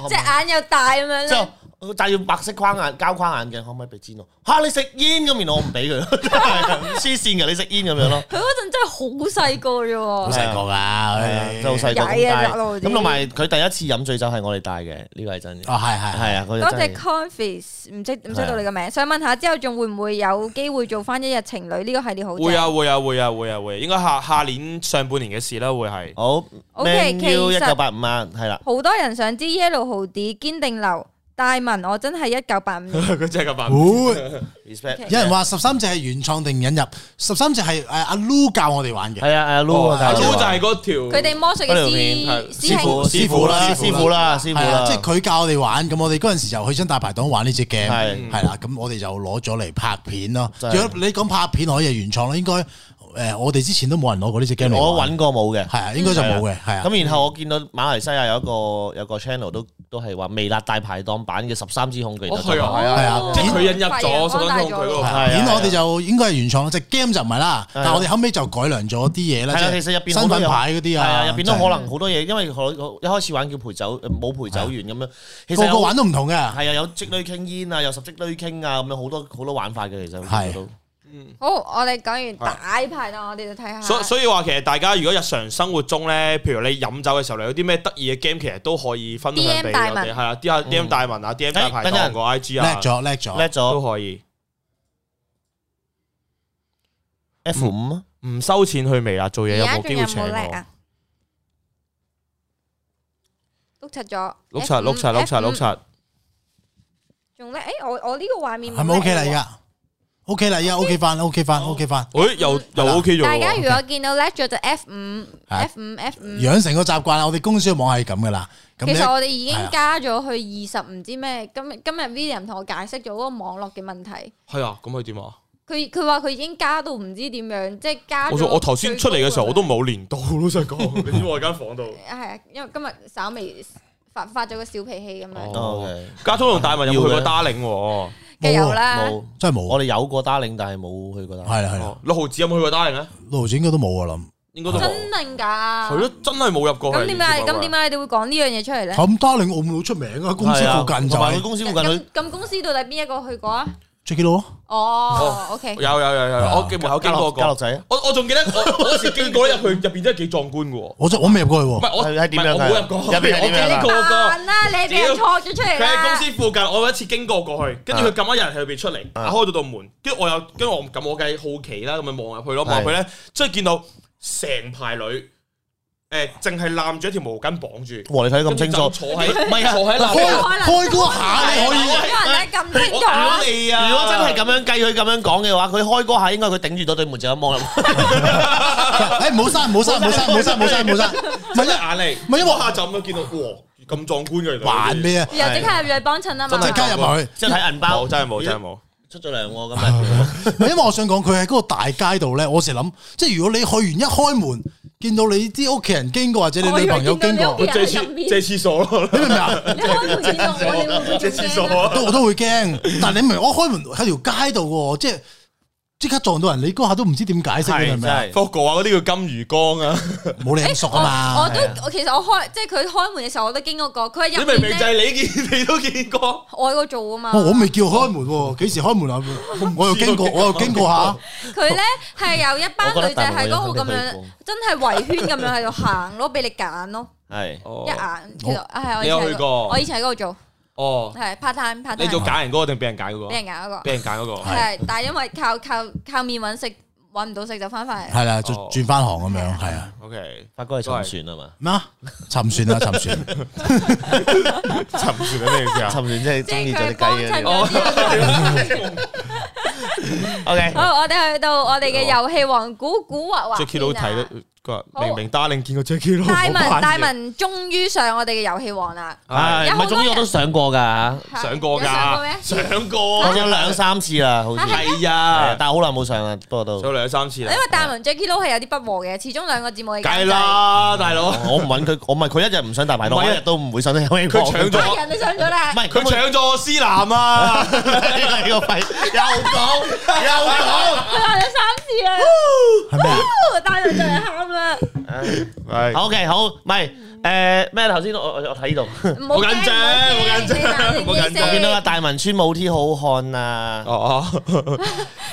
咩隻眼又大咁樣之咧後。佢戴住白色框眼膠框眼鏡，可唔可以俾煎我？嚇你食煙咁，然後我唔俾佢，黐線嘅你食煙咁樣咯。佢嗰陣真係好細個啫好喎，細個係㗎，啊，真係好細個曳啊落咁路帶。咁同埋佢第一次飲醉酒係我哋帶嘅，呢個係真嘅。啊係係係係啊，啊佢多就謝真係 Confis，唔識唔識到你個名，想問下之後仲會唔會有機會做翻一日情侶呢個系列好正？會啊會啊會啊會啊會啊，應該下下年上半年嘅事啦，會係。好 OK， Man 其 U 一實九八五啊，係啦。好多人想知 Yellow 豪啲堅定流大文，我真係一九八五年。 佢真係咁啊問。會 respect。有人話十三隻係原創定引入，十三隻係誒阿 Lu 教我哋玩嘅，係啊，阿 Lu 啊，阿大佬 Lu 就係嗰條。佢哋魔術嘅嗰條片師係師師兄，傅師傅啦，師師傅傅啦，師傅係啦啊，，即係佢教我哋玩，咁我哋嗰陣時就去張大排檔玩呢只 game，係係啦，咁我哋就攞咗嚟拍片咯。真係如果你講拍片可以係原創咯，應該诶，我哋之前都冇人攞過呢只 game 嚟我玩，揾過冇嘅。係啊，應該就冇嘅，係啊。咁然後我見到馬來西亞有一個有個 channel 都都係話微辣大排檔版嘅十三支恐懼特哦輯。係啊係啊係啊哦即係佢引入發揚咗十分光大鐘佢嗰咗個係啊片係啊我哋就應該係原創，只 game 就唔係啦，但係我哋後尾就改良咗啲嘢啦，係啊即係其實入邊好身多份有牌嗰啲係啊，啊，入邊都可能好多嘢，因為我我一開始玩叫陪酒，呃冇陪酒員咁樣。其就實係個個有玩都唔同嘅。係啊，有積女傾煙啊，有十積女傾啊，咁樣好多好多玩法嘅，其實係都嗯好，我哋講完大排檔，我哋就睇下。所所以話其實大家如果日常生活中咧，譬如你飲酒嘅時候，你有啲咩得意嘅 game，其實都可以分享 DM 俾我大文哋。係啊，D M D M 大文啊，D M 大排檔個 I G 叻啊，咗，叻咗叻，都咗可以。 F 五啊，唔收錢去微辣做啊嘢，有而家冇仲機有會請冇叻我啊？？碌柒咗，碌柒碌柒碌柒碌，柒，仲叻？誒，我我呢個畫面唔係咪 OK 啦？叻而喎家 OK 啦，而家 OK 翻，OK 翻，OK 翻，誒又又係啦 OK 咗大家喎。如果見到叻咗就 F 五啊，F 五，F 五。養成個習慣啦。我哋公司嘅網係咁噶啦。咁嗯其實你我哋已係啊經加咗去二十唔知咩，今今日 William 同我解釋咗嗰個網絡嘅問題。係啊，咁佢點啊？佢佢話佢已經加到唔知點樣，即係加我咗我頭先出嚟嘅時候，我都係冇連到，老實 講，你知唔知我喺間房度。啊，因為今日稍微發發咗個小脾氣咁樣，哦，OK 家聰同大文有冇去過要嘅 Darling？喎梗係有啦。冇，啊真係冇，我哋有過 Darling，但係冇去過 Darling。係啦係啦，哦六毫子有冇去過 Darling 咧？路子應該都冇我諗。應該都冇。真定㗎？係咯，真係冇入過去。咁點解咁點解你哋會講呢樣嘢出嚟咧？咁 Darling 澳門佬出名啊，公司附近就同埋佢係公司附近佢咁咁公司到底邊一個去過啊？ Jacky 佬啊，哦，OK，有有有有，有我記門口家經過樂家樂過。仔啊，我我仲記得我我嗰時經過入去，入邊真係幾壯觀嘅喎。我真我未入過去唔喎。係我係係點樣唔係我冇入過，入邊係點樣我經過過。扮啦，你俾人錯咗出嚟佢喺公啦。司附近，我有一次經過過去，跟住佢咁啱有人喺入邊出嚟，打開咗道門，跟住我又跟住我咁我梗係好奇啦，咁咪望入去咯，望入去咧，即係見到成排女。誒，淨係攬住一條毛巾綁住，哇！你睇得咁跟清楚住就，坐喺唔係啊坐喺開樓開嗰下你可以，人咁清我楚啊屌，你啊！如果真係咁樣計佢咁樣講嘅話，佢開嗰下應該佢頂住到對門就咁望入。誒唔好刪唔好刪唔好刪唔好刪唔好刪唔好刪，唔係真因係眼嚟，唔係因為我下就咁樣見到，哇，咁壯觀嘅，原來還咩啊？又即刻入嚟幫襯啊嘛真。即係刻入埋去。即係睇銀包，冇真係冇真係冇。出咗糧喎今日。唔係因為我想講佢喺嗰個大街度咧，我成日諗，即係如果你去完一開門，見到你啲屋企人經過或者你女朋友經過，我以為見到你屋企你借廁人借廁所咯，明唔明啊？你開門見到我，你會唔會借仲廁所驚啊？啊！都我都會驚，但係你明我開門喺條街度喎，即係即刻撞到人，你嗰下都唔知點解釋係嘅，係咪啊真係福哥話嗰啲叫金魚缸 啊，冇你咁熟啊我我嘛，都我其實我開即係佢開門嘅時候，我都經過過。佢你喺入明明面就咧，係你見， 你都見過。我喺度做啊嘛。我我未叫開門喎，幾時開門啊？我又經過，我又經過下，佢咧係有一班我覺得女仔喺嗰度咁大陸樣，女真係圍圈咁樣喺度行咯，俾你揀咯，係一眼其實啊係我你以前有喺去嗰過我以前喺嗰度哦做，，係 part time part 你做哦 time，揀人嗰個定俾人揀嗰個俾？人揀嗰個俾人揀嗰個。係，但係因為靠靠靠面揾食，揾唔到食就翻返嚟。係啦，就哦轉翻行咁樣，係啊。 O K，發哥係沉船啊嘛？咩啊？沉船啊，沉船！沉船係咩意思 啊？沉船即係即中意係咗佢啲幫雞襯嘅。哦嗰啲。 O K，好，我哋去到我哋嘅遊戲王古古惑惑 Jackie 佬睇先啊到，佢好話明明 Darling 見過 Jackie 佬。大好文扮大嘢文終於上我哋嘅遊戲王啦，唉唉，唔係總之我都上過㗎，係上過有上過咩㗎，上過我上兩三次啦，好似啊係咩係係啊 啊，但係好耐冇上啦，不過都上兩三次因啦。為大文 Jackie Lou 係有啲不和嘅，始終兩個節目嘅梗係監製。啦，大佬，我唔揾佢，我唔係佢一日唔上大排檔，唔係啊我一日都唔會上到有戲佢房。搶唔咗哎，人哋上咗啦，係佢佢搶咗我思南啊！ 搶你個肺，又講又講。佢話咗三次啊， 係咩啊？大文就嚟喊啦，係， O K，好，唔係誒咩？頭先我我我睇呢度。唔好冇緊張冇緊張冇緊張我見到啊，大文村冇 T 好漢啊！哦哦，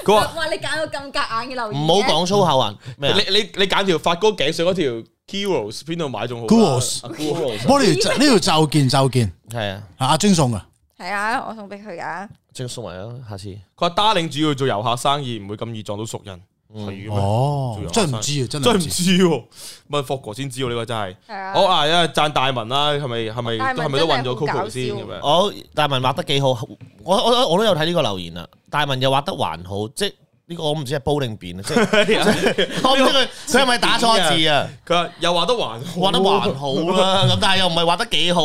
佢話哇！你揀到咁夾硬嘅留唔言嘅，好講粗口啊！你咩啊你你揀條發哥頸上嗰條 Kiros 邊度買仲好啊 Kuros 啊？Kuros 我呢條呢條就見就見，係啊，阿晶送啊，係啊，我送俾佢噶。正送埋啊，下次。佢話 Darling 主要做遊客生意，唔會咁易撞到熟人，係咁啊哦做遊，客真係唔知啊，真真係係唔唔知。知喎，問霍哥先知喎呢個真係。係啊好啊，因為讚大文啦，係咪係咪大文係咪都揾咗真係好搞 Coco 先咁樣？啊我大文畫得幾好，我我我都有睇呢個留言啦。大文又畫得還好，即係呢個我唔知係煲定扁啊，即係我唔知佢佢係咪打錯字啊？佢話又話得還好，畫得還好啦，咁但係又唔係畫得幾好，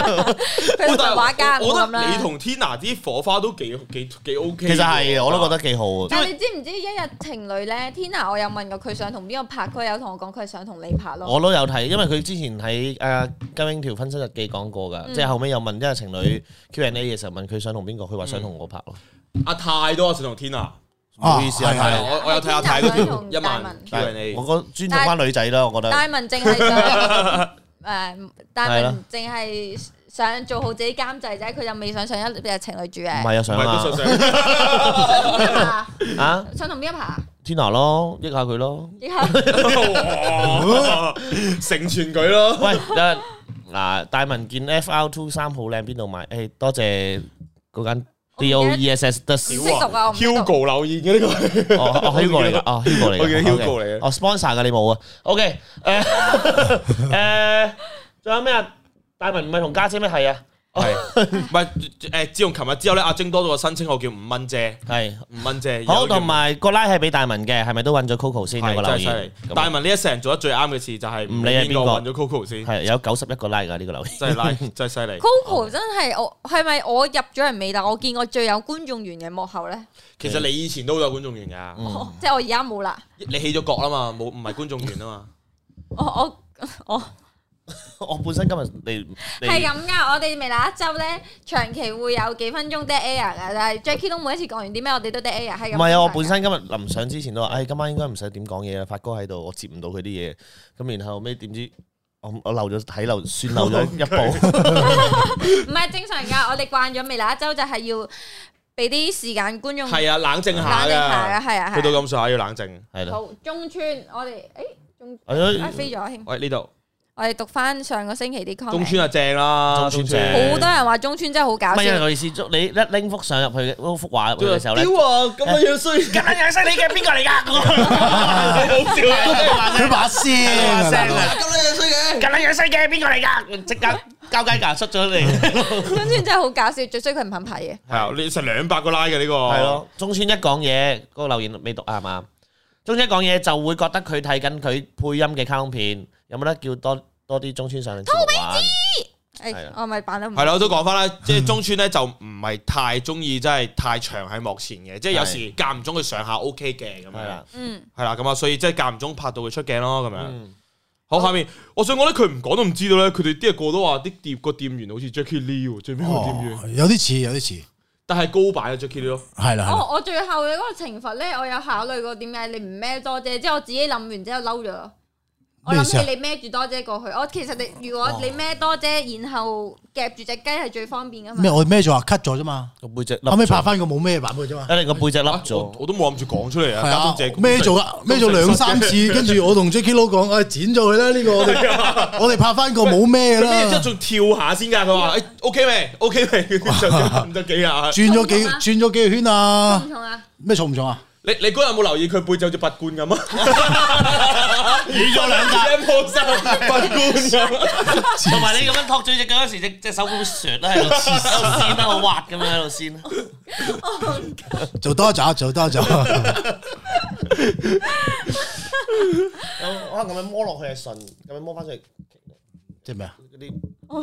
佢喂同但係畫家唔我好覺咁得你啦。同 Tina 啲火花都幾幾幾 OK。其實係我都覺得幾好啊。但係你知唔知一日情侶咧？Tina 我有問過佢想同邊個拍，佢有同我講佢係想同你拍咯。我都有睇，因為佢之前喺誒金英條婚身日記講過㗎，即係後尾又問一個情侶 Q&A 嘅時候問佢想同邊個，佢話想同我拍咯。阿泰都話想同 Tina，唔好意思啊係係係啊我我有睇阿泰嗰條一萬但係 Q&A，我覺得尊重翻女仔啦，我覺得戴文淨係想 誒，戴係啦文淨係想做好自己監製啫，佢就未想上一日情侶住唔嘅。係啊，唔想係都想上，想同邊一啊拍啊 想同邊一拍？ ，Tina 咯，益下佢咯。以後哇 成全佢咯。喂，嗱嗱，大文件 FR Two 三好靚，邊度買？誒，多謝嗰間 D O E S S Ờ, 得少唔識讀啊我唔識讀 Hugo 留言嘅呢個哦哦，Hugo 嚟噶，哦，Hugo 嚟㗎我記得 OK Hugo 嚟嘅哦，sponsor 噶你冇啊？OK，誒 Ờ, 誒，仲有咩啊？大文唔係同家姐咩？係啊，係唔係誒？自從琴日之後咧，阿晶多咗個新稱號叫五蚊姐，係。五蚊姐。好，有叫同埋個拉係俾大文嘅，係咪都揾咗 Coco 先有個係留真係犀利言？。大文呢一世人做得最啱嘅事就係唔理係邊個揾咗 Coco 先，係有九十一個拉㗎呢個留 言。真係拉，真係犀利。 Coco 真係我係咪我入咗人未？但我見過最有觀眾緣嘅幕後咧，其實你以前都有觀眾緣嗯㗎，哦 即係我而家冇啦。你起咗角啦嘛，冇唔係觀眾緣啊嘛。我我我我本身今日你你係咁噶，我哋未來一周咧，長期會有幾分鐘 dead air 噶，但係 Jackie 都每一次講完啲咩，我哋都 dead air 係咁。唔係啊！我本身今日臨上之前都話，唉，今晚應該唔使點講嘢啦，發哥喺度，我接唔到佢啲嘢。咁然後尾點知我我漏咗睇漏算漏咗一步，唔係正常噶，我哋慣咗未來一周就係要俾啲時間觀眾嗯冷靜係啊，冷靜下下㗎噶，。係啊去到係啊。咁上下要冷靜。係啦。好，中村我哋誒中哎啊飛咗添，喂，呢度我哋讀翻上個星期啲 comment。嗯中村啊啊正啦，中村好正多人話中村真係好搞唔係笑啊！。我意思，你一拎幅相入去嗰幅畫入去嘅時候咧，屌啊，咁 樣樣衰，咁樣樣犀利嘅邊個嚟㗎？好笑啊！ 佢把聲把聲啊，啊！咁樣樣犀利嘅邊個嚟㗎？即刻交雞架出咗嚟。中村真係好搞笑，最衰佢唔肯拍嘢。係啊，你成兩百個 like 嘅呢個，係，咯，中村一講嘢，嗰個留言未讀啱唔啱？中村一講嘢就會覺得佢睇緊佢配音嘅卡通片，有冇得叫多多啲中村上嚟同我玩？係誒啊，哎我咪扮得唔係啦，我都講翻啦，即係中村咧就唔係太中意，真係太長喺幕前嘅，即係有時間唔中佢上下 OK 嘅咁係樣啦，，嗯，係啦，咁啊，所以即係間唔中拍到佢出鏡咯，咁樣。嗯好，下面我想講咧，佢唔講都唔知道咧，佢哋啲人個都話啲店個店員好似 Jackie Lee 喎，最尾個店員，哦有啲似，有啲似，但係高擺啊 Jackie Lee 咯，係啦，係啦哦我我最後嘅嗰個懲罰咧，我有考慮過點解你唔孭多姐，即係我自己諗完之後嬲咗。我咩諗事啊起你孭住多姐過去，我其實你如果你孭多姐，然後夾住只雞係最方便噶嘛咩？。我孭咗啊，cut 咗啫嘛，個背脊後尾凹拍咗，翻個冇咩版本啫嘛。因為個背脊凹我咗。我都冇諗住講出嚟啊，哦家係啊中，姐孭咗啊，孭咗兩 三次，跟住我同 Jacky Lou 講，唉，剪咗佢啦，呢個 我哋我哋拍翻個冇咩嘅咩？之後啦，仲跳下先㗎，佢話：，誒，OK 未？OK 未？就唔得幾下。轉咗幾痛唔痛啊轉咗幾個圈啊唔，同啊，咩重唔重啊？你你嗰日有冇留意佢背脊好似拔罐咁啊？演咗兩下， 冇晒拔罐咁。同埋你咁樣托住只腳嗰時，隻隻手好削 啦，喺度黐線啦，好滑咁樣喺度先。做多一集，做多一集， 有可能咁樣摸落去係順，咁樣摸翻上嚟即係咩啊？嗰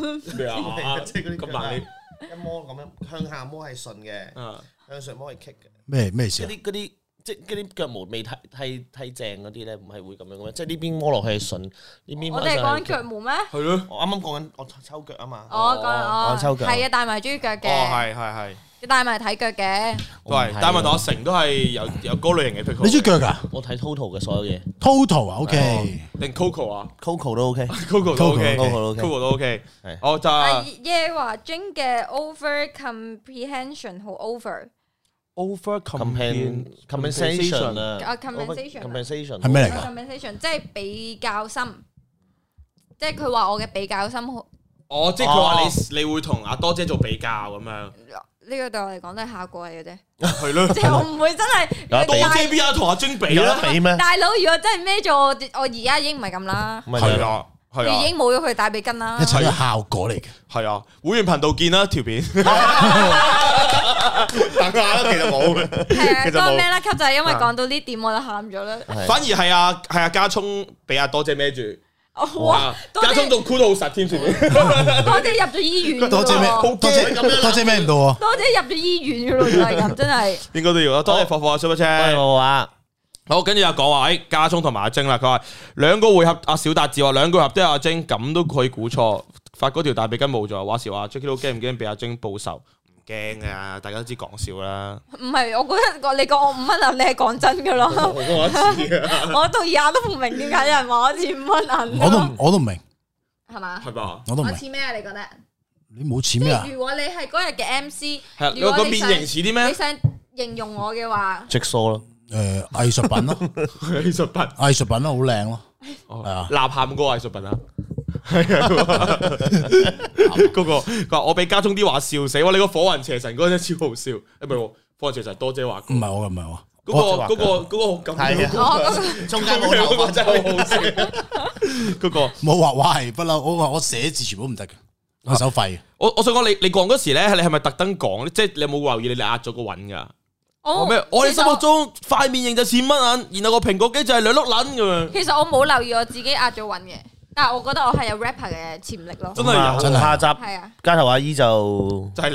啲咩啊？即係嗰啲咁難你一摸咁樣向下摸係順嘅，啊？向上摸係棘嘅。咩咩事嗰啊？啲嗰啲即係嗰啲腳毛未剃剃剃正嗰啲咧，唔係會咁樣嘅咩？即係呢邊摸落去係順，呢邊我哋係講摸上去係腳棘。毛咩？係咯。我啱啱講緊我抽腳啊嘛。我講我抽哦，腳係啊，帶埋中意腳哦，嘅，係係係，帶埋睇腳嘅。我都唔係。睇但係喎問阿成都係有有嗰類型嘅 pickle。你中意腳噶我睇 Total 嘅所有嘢？Total 啊，OK，定 Coco 啊，Coco 都 OK。 ？Coco 都 OK，Coco 都 Coco 都 OK OK，Coco 都 OK。係我就阿係耶話 Jing 嘅 over comprehension 好 over， over Compen- compensation 啊啊，compensation 啊 compensation 係咩嚟噶？ comprehension 即係比較深，即係佢話我嘅比較深好。哦，即係佢話你你會同阿多姐做比較咁樣，呢個對我嚟講都係效果嚟嘅 啫，係咯。即係我唔會真係有得多比大姐邊有得同阿晶比有啦得？比咩？啊大佬。如果真係孭咗我，我而家已經唔係咁啦。唔係，啦，係啊已經冇咗佢大髀筋 啦一。切都係效果嚟嘅。系啊，會員頻道見啦條 片。等下啦，其實冇嘅。係啊，其嗰實個冇咩啦級就係因為講到呢點我就喊咗啦。 反而係啊，係啊，加聰俾阿多姐孭住，哇啊！多加聰謝仲箍到好實添，條 片多謝入咗醫院㗎喎， 多謝咩？啊多謝多謝咩唔到啊？多謝入咗醫院㗎咯，就係咁，真係。應該都要啦。多謝火火啊 Super 係 Chat。冇啊，好，跟住又講話，誒加聰同埋阿晶啦，佢話兩個回合，阿小達志話兩個回合都有阿晶，咁都可以估錯。發嗰條大髀筋冇咗，話時話 Jackie 都驚唔驚俾阿晶報仇？唔驚啊，大家都知講笑啦。唔係，我覺得你講我五蚊銀，你係講真 㗎咯。我知啊，我到而家都唔明點解有人話我似五蚊銀。我都啊唔我都唔明，係 嘛？係嘛？ 我都唔我明。似咩啊？你覺得？你冇錢即咩啊係？如果你係嗰日嘅 MC，係啊，你如個果你面想型似啲你咩？想形容我嘅話，直數啦。诶，藝術品咯， 藝術品。藝術品咯，好靚咯，係啊呐哦喊嗰個藝術品啊， 係啊，嗰個佢話我俾家中啲話笑死，哇！你個火雲邪神嗰陣超好笑，誒唔係喎，火雲邪神多姐話唔係我嘅，唔係我。嗰嗯多個姐話嗰個嗰個咁係樣啊我嗰個 中咁樣嗰 個真係好好笑，嗰個冇畫畫係不嬲，我我寫字全部都唔得嘅，啊我手廢嘅。我我想講你你講嗰時咧，你係咪特登講？即係你有冇留意你哋壓咗個韻㗎？我我哦咩？我哋心目中塊面型就似蚊銀，然後個蘋果肌就係兩碌撚咁樣，其實我冇留意我自己壓咗韻嘅，但係我覺得我係有 rapper 嘅潛力咯。真係有真係下集係啊，街頭阿姨就 就係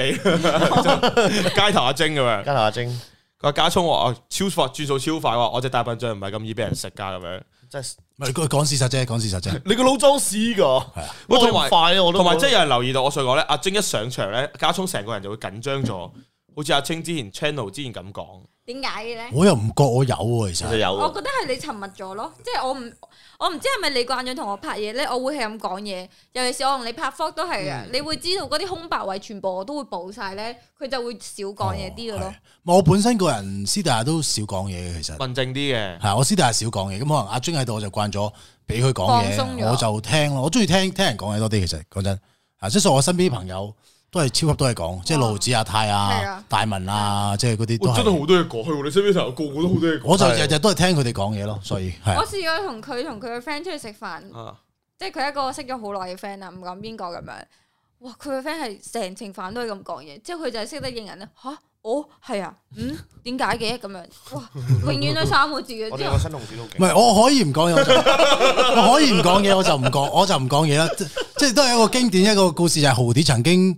你街頭阿晶咁樣街。頭阿晶，佢話加聰話啊超快轉數超快喎，我只大笨象唔係咁易俾人食㗎咁樣。即係唔係佢講事實啫，講事實啫。你個腦裝屎㗎，喂喂，同同埋埋快啊我都同埋即係係有人留意到，我想講咧，阿晶一上場咧，加聰成個人就會緊張咗， 好似阿晶之前 channel 之前咁講，點解嘅咧？我又唔覺我有喎，其其實實有我嘅，覺得係你沉默咗咯，即係我唔我唔知係咪你慣咗同我拍嘢咧，我會係咁講嘢。尤其是我同你拍 f o g 都係嗯嘅，你會知道嗰啲空白位全部我都會補晒咧，佢就會少講嘢啲嘅哦咯係。我本身個人私底下都少講嘢嘅，其實文靜啲嘅。係我私底下少講嘢，咁可能阿晶喺度我就慣咗俾佢講放鬆嘢，咗我就聽咯。我中意聽聽人講嘢多啲，其實講真啊，即係所以我身邊啲朋友都係超級多嘢講，即係盧子阿泰係啊啊、大文啊，即係嗰啲都哇係係。多嘢講，你身邊朋友個個都好多嘢我就日日都係聽佢哋講嘢咯，所以係我啊試過同佢同佢個 friend 出去食飯。啊即係佢一個識咗好耐嘅 friend 啦，唔講邊個咁樣。哇！佢個 friend 係成程飯都係咁講嘢，之後佢就係識得應人咧吓，哦，係啊，嗯，點解嘅咁樣？哇！永遠都三個字 嘅，之後新同事都唔係我可以唔講嘢，我就 我可以唔講嘢，我就唔講，我就唔講嘢啦。即即係都係一個經典一個故事，就係豪啲曾經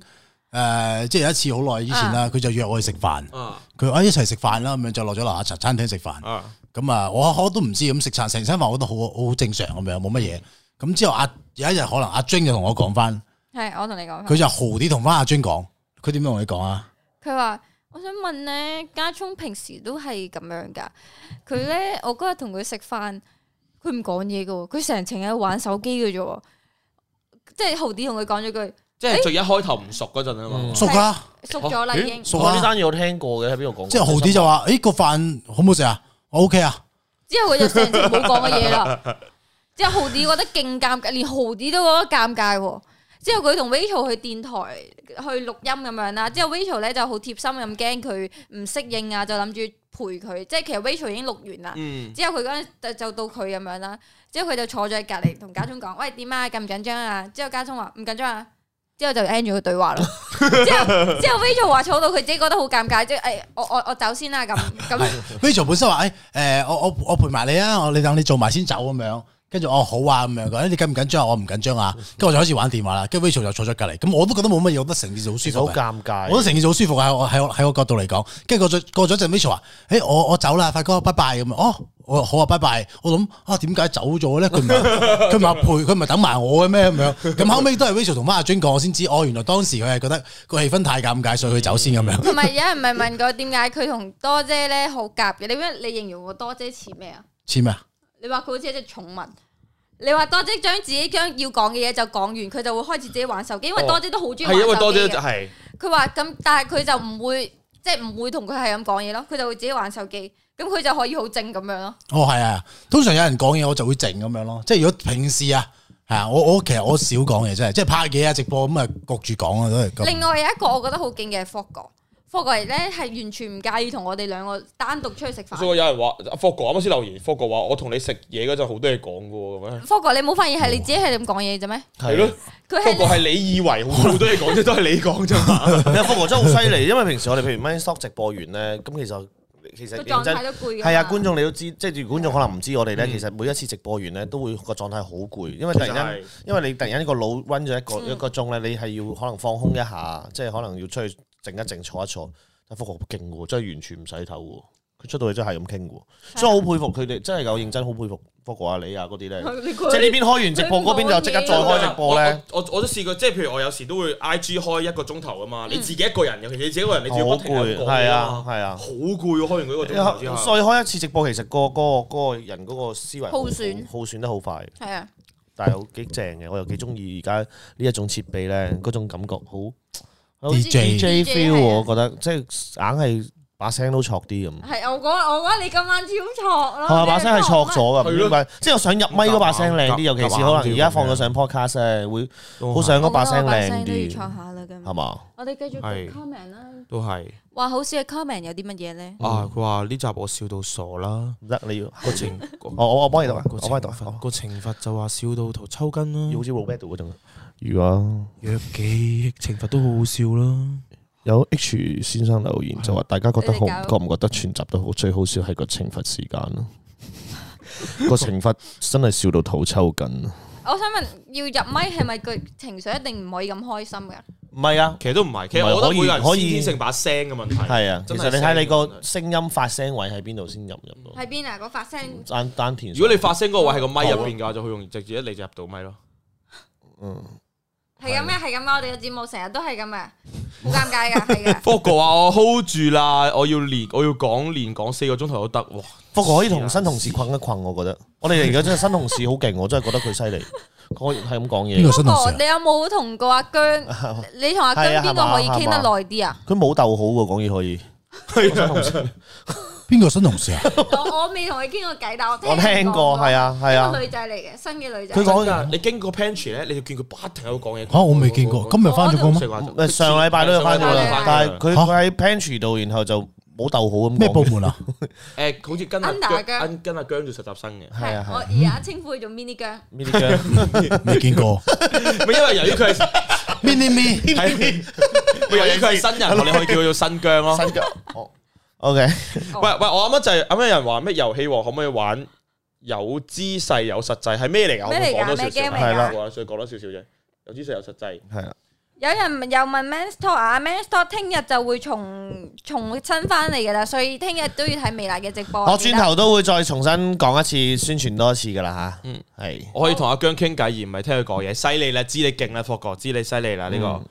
诶、呃即係有一次好耐以前啦，佢就約我去食飯，啊佢啊一齊食飯啦，咁樣就落咗樓下茶餐廳食飯。啊！咁啊，我我都唔知咁食餐成餐飯，我覺得好好正常咁樣，冇乜嘢。咁之後阿有一日可能阿 Jing 就同我講翻，係啊我同你講佢返，就豪啲同翻阿 Jing 講，佢點樣同你講啊？佢話：我想問咧，家聰平時都係咁樣㗎。佢咧，我嗰日同佢食飯，佢唔講嘢嘅喎，佢成程喺度玩手機嘅啫喎。即係豪啲同佢講咗句即係最一開頭唔熟嗰陣啊嘛，熟㗎啦，熟咗啦已經，熟我呢啦。單嘢我聽過嘅，喺邊度講？之後豪啲就話：，哎誒個飯好唔好食啊？我 OK 啊。之後佢就成程冇講嘅嘢啦。之後豪啲覺得勁尷尬，連豪啲都覺得尷尬喎。之後佢同 Rachel 去電台去錄音咁樣啦。之後 Rachel 咧就好貼心咁驚佢唔適應啊，就諗住陪佢。即係其實 Rachel 已經錄完啦。嗯，之後佢嗰陣就就到佢咁樣啦。之後佢就坐咗喺隔離同家聰講：，喂點啊？緊唔緊張啊？之後家聰話唔緊張啊。之後就 end 咗個對話啦。之後之後 Rachel 話坐到佢自己覺得好尷尬，即係誒我我我走先啦咁咁。 Rachel 本身話：，誒、哎誒，我我我陪埋你啊，我你等你做埋先走咁樣。跟住我好啊咁樣，佢誒你緊唔緊張啊？我唔緊張啊。跟住我就開始玩電話啦。跟住 Rachel 就坐咗隔離，咁我都覺得冇乜嘢，我覺得成件事好舒其實服好嘅。尷尬，我都成件事好舒服嘅喺我喺我喺我角度嚟講，跟住過咗過咗陣，Mitchell 話：，誒、我我走啦，發哥，拜拜咁啊！哦，我話好啊，拜拜。我諗啊，點解走咗咧？佢 唔係佢唔係陪，佢唔係等埋我嘅咩咁樣？咁後尾都係 Rachel 同翻阿 Jun 講，我先知，哦，原來當時佢係覺得個氣氛太尷尬，所以佢走先咁樣。同埋有人咪問過點解佢同多姐咧好夾嘅？你咩？你形容我多姐似咩啊？似咩啊？你話佢好似一隻寵物。你話多姐將自己將要講嘅嘢就講完，佢就會開始自己玩手機，因為哦多姐都好中意係玩因為手多機姐嘅。係佢話咁，但係佢就唔會即係唔會同佢係咁講嘢咯，佢就會自己玩手機，咁佢就可以好靜咁樣咯。哦，係啊，通常有人講嘢我就會靜咁樣咯，即係如果平時啊，係啊，我我其實我少講嘢真係，即係拍嘢啊直播咁啊焗住講啊都係咁。另外有一個我覺得好勁嘅係 Fog 哥霍哥咧係完全唔介意同我哋兩個單獨出去食所飯。以有人話阿霍哥啱啱先留言，霍哥話我同你食嘢嗰陣好多嘢講噶喎，咁樣霍哥，你冇發現係你自己係咁講嘢啫咩？啊係咯。佢霍哥係係你以為好多嘢講啫，都係你講啫嘛。你阿福哥真係好犀利，因為平時我哋譬如 Man Talk 直播完咧，咁其實其個實認狀真態。都攰㗎嘛。係啊，觀眾你都知，即係如果觀眾可能唔知我哋咧，其實每一次直播完咧，都會個狀態好攰，因為 突然間，因為你突然間個腦温咗一個一個鐘咧，你係要可能放空一下，即係可能要出去靜一靜，坐一坐。但福哥勁喎，真係完全唔使唞喎，佢出到去真係咁傾喎，所以我好佩服佢哋，真係有認真好佩服福哥啊、你啊嗰啲咧， 即係呢邊開完直播，嗰邊就即刻再開直播咧，我我我都試過，即係譬如我有時都會 I G 開一個鐘頭噶嘛，你自己一個人，尤其你自己一個人，你好仲要不停攰，係啊，係啊好。攰喎，開完嗰個鐘頭之後。所以開一次直播，其實個嗰個嗰個人嗰個思維耗損耗損得好快。係啊，但係好幾正嘅，我又幾中意而家呢一種設備咧，嗰種感覺好好 DJ DJ feel 喎我係覺得即係硬係把聲都錯啲咁，啊係啊我覺得我覺得你今晚超錯咯。係啊把聲係錯咗係㗎，咯唔啊知點解即係我想入咪嗰把聲靚啲，尤其是可能而家放咗上 podcast 咧，會好想嗰把聲靚都要錯啲，下啦，咁係嘛？我哋繼續係讀 comment 啦。都係話好少嘅 comment 有啲乜嘢咧？啊！佢話呢集我笑到傻啦，唔得你 要，個情 我我我幫你讀啊，個我懲幫你讀啊，罰好個懲罰就話笑到頭抽筋啦要好，似 Roberto 嗰種。啊如果若幾懲罰都好好笑啦。有 H 先生留言就話，大家覺得好你哋覺搞唔覺得全集都好最好笑係個懲罰時間咯？個懲罰真係笑到肚抽筋。啊我想問，要入咪係咪個情緒一定唔可以咁開心㗎？唔係啊，其實都唔係，其實唔我係覺得每個人可以先天性把聲嘅問題。係啊，其真係實你睇聲嘅你問個題聲音發聲位喺邊度先入唔入到？喺邊啊？嗰發聲單單田。如果你發聲嗰個位係個咪入邊嘅話，就好容易直接一嚟就入到咪咯。係咁嘅，係咁嘅。我哋嘅節目成日都係咁嘅，啊 好尷尬㗎，係嘅。福哥話我 hold 住啦，我要練，我要講練講四個鐘頭都得。哇！不過可以同新同事困一困，我覺得我哋而家真係新同事好勁，我真係覺得佢犀利，佢係咁講邊嘢個，新同事啊你有冇同過阿 姜？你同阿姜係啊邊個可以係傾嘛得耐啲啊？佢冇鬥好喎，講嘢可以。邊個新同事啊？ 我我未同佢傾過偈，但我 我聽過，係啊，啊，係啊一個，女仔嚟嘅，新嘅女仔。佢講真㗎你經過 pantry 咧，你就見佢不停喺度講嘢。 嚇，我未見過，今日翻咗工咩？誒上禮拜都有啊翻咗啦，但係佢嚇佢喺 pantry 度，然後就冇鬥好咁講咩部門啊？係誒，好似跟阿 Under 嘅姜跟阿姜做實習生嘅， 係啊係我啊而家稱呼佢做 mini 姜。呢啲姜 未見過。唔係因為由於佢係 Mini me，係咪由於佢係新人，我哋可以叫佢做新姜咯。 新姜。哦 OK，喂喂，我啱啱就係啱啱有人話咩遊戲王可唔可以玩有姿勢有實際係咩嚟㗎？我咩嚟㗎講多少咩少 game 嚟㗎係啦我所以講多少少啫。有姿勢有實際，係啊啦，有人又問 Men's Talk 啊，Men's Talk 聽日就會重重新翻嚟㗎啦，所以聽日都要睇微辣嘅直播。我轉頭都會再重新講一次，宣傳多一次噶啦吓，嗯係我可以同阿姜傾偈，而唔係聽佢講嘢。犀利啦，知你勁啦，霍哥，知你犀利啦呢個。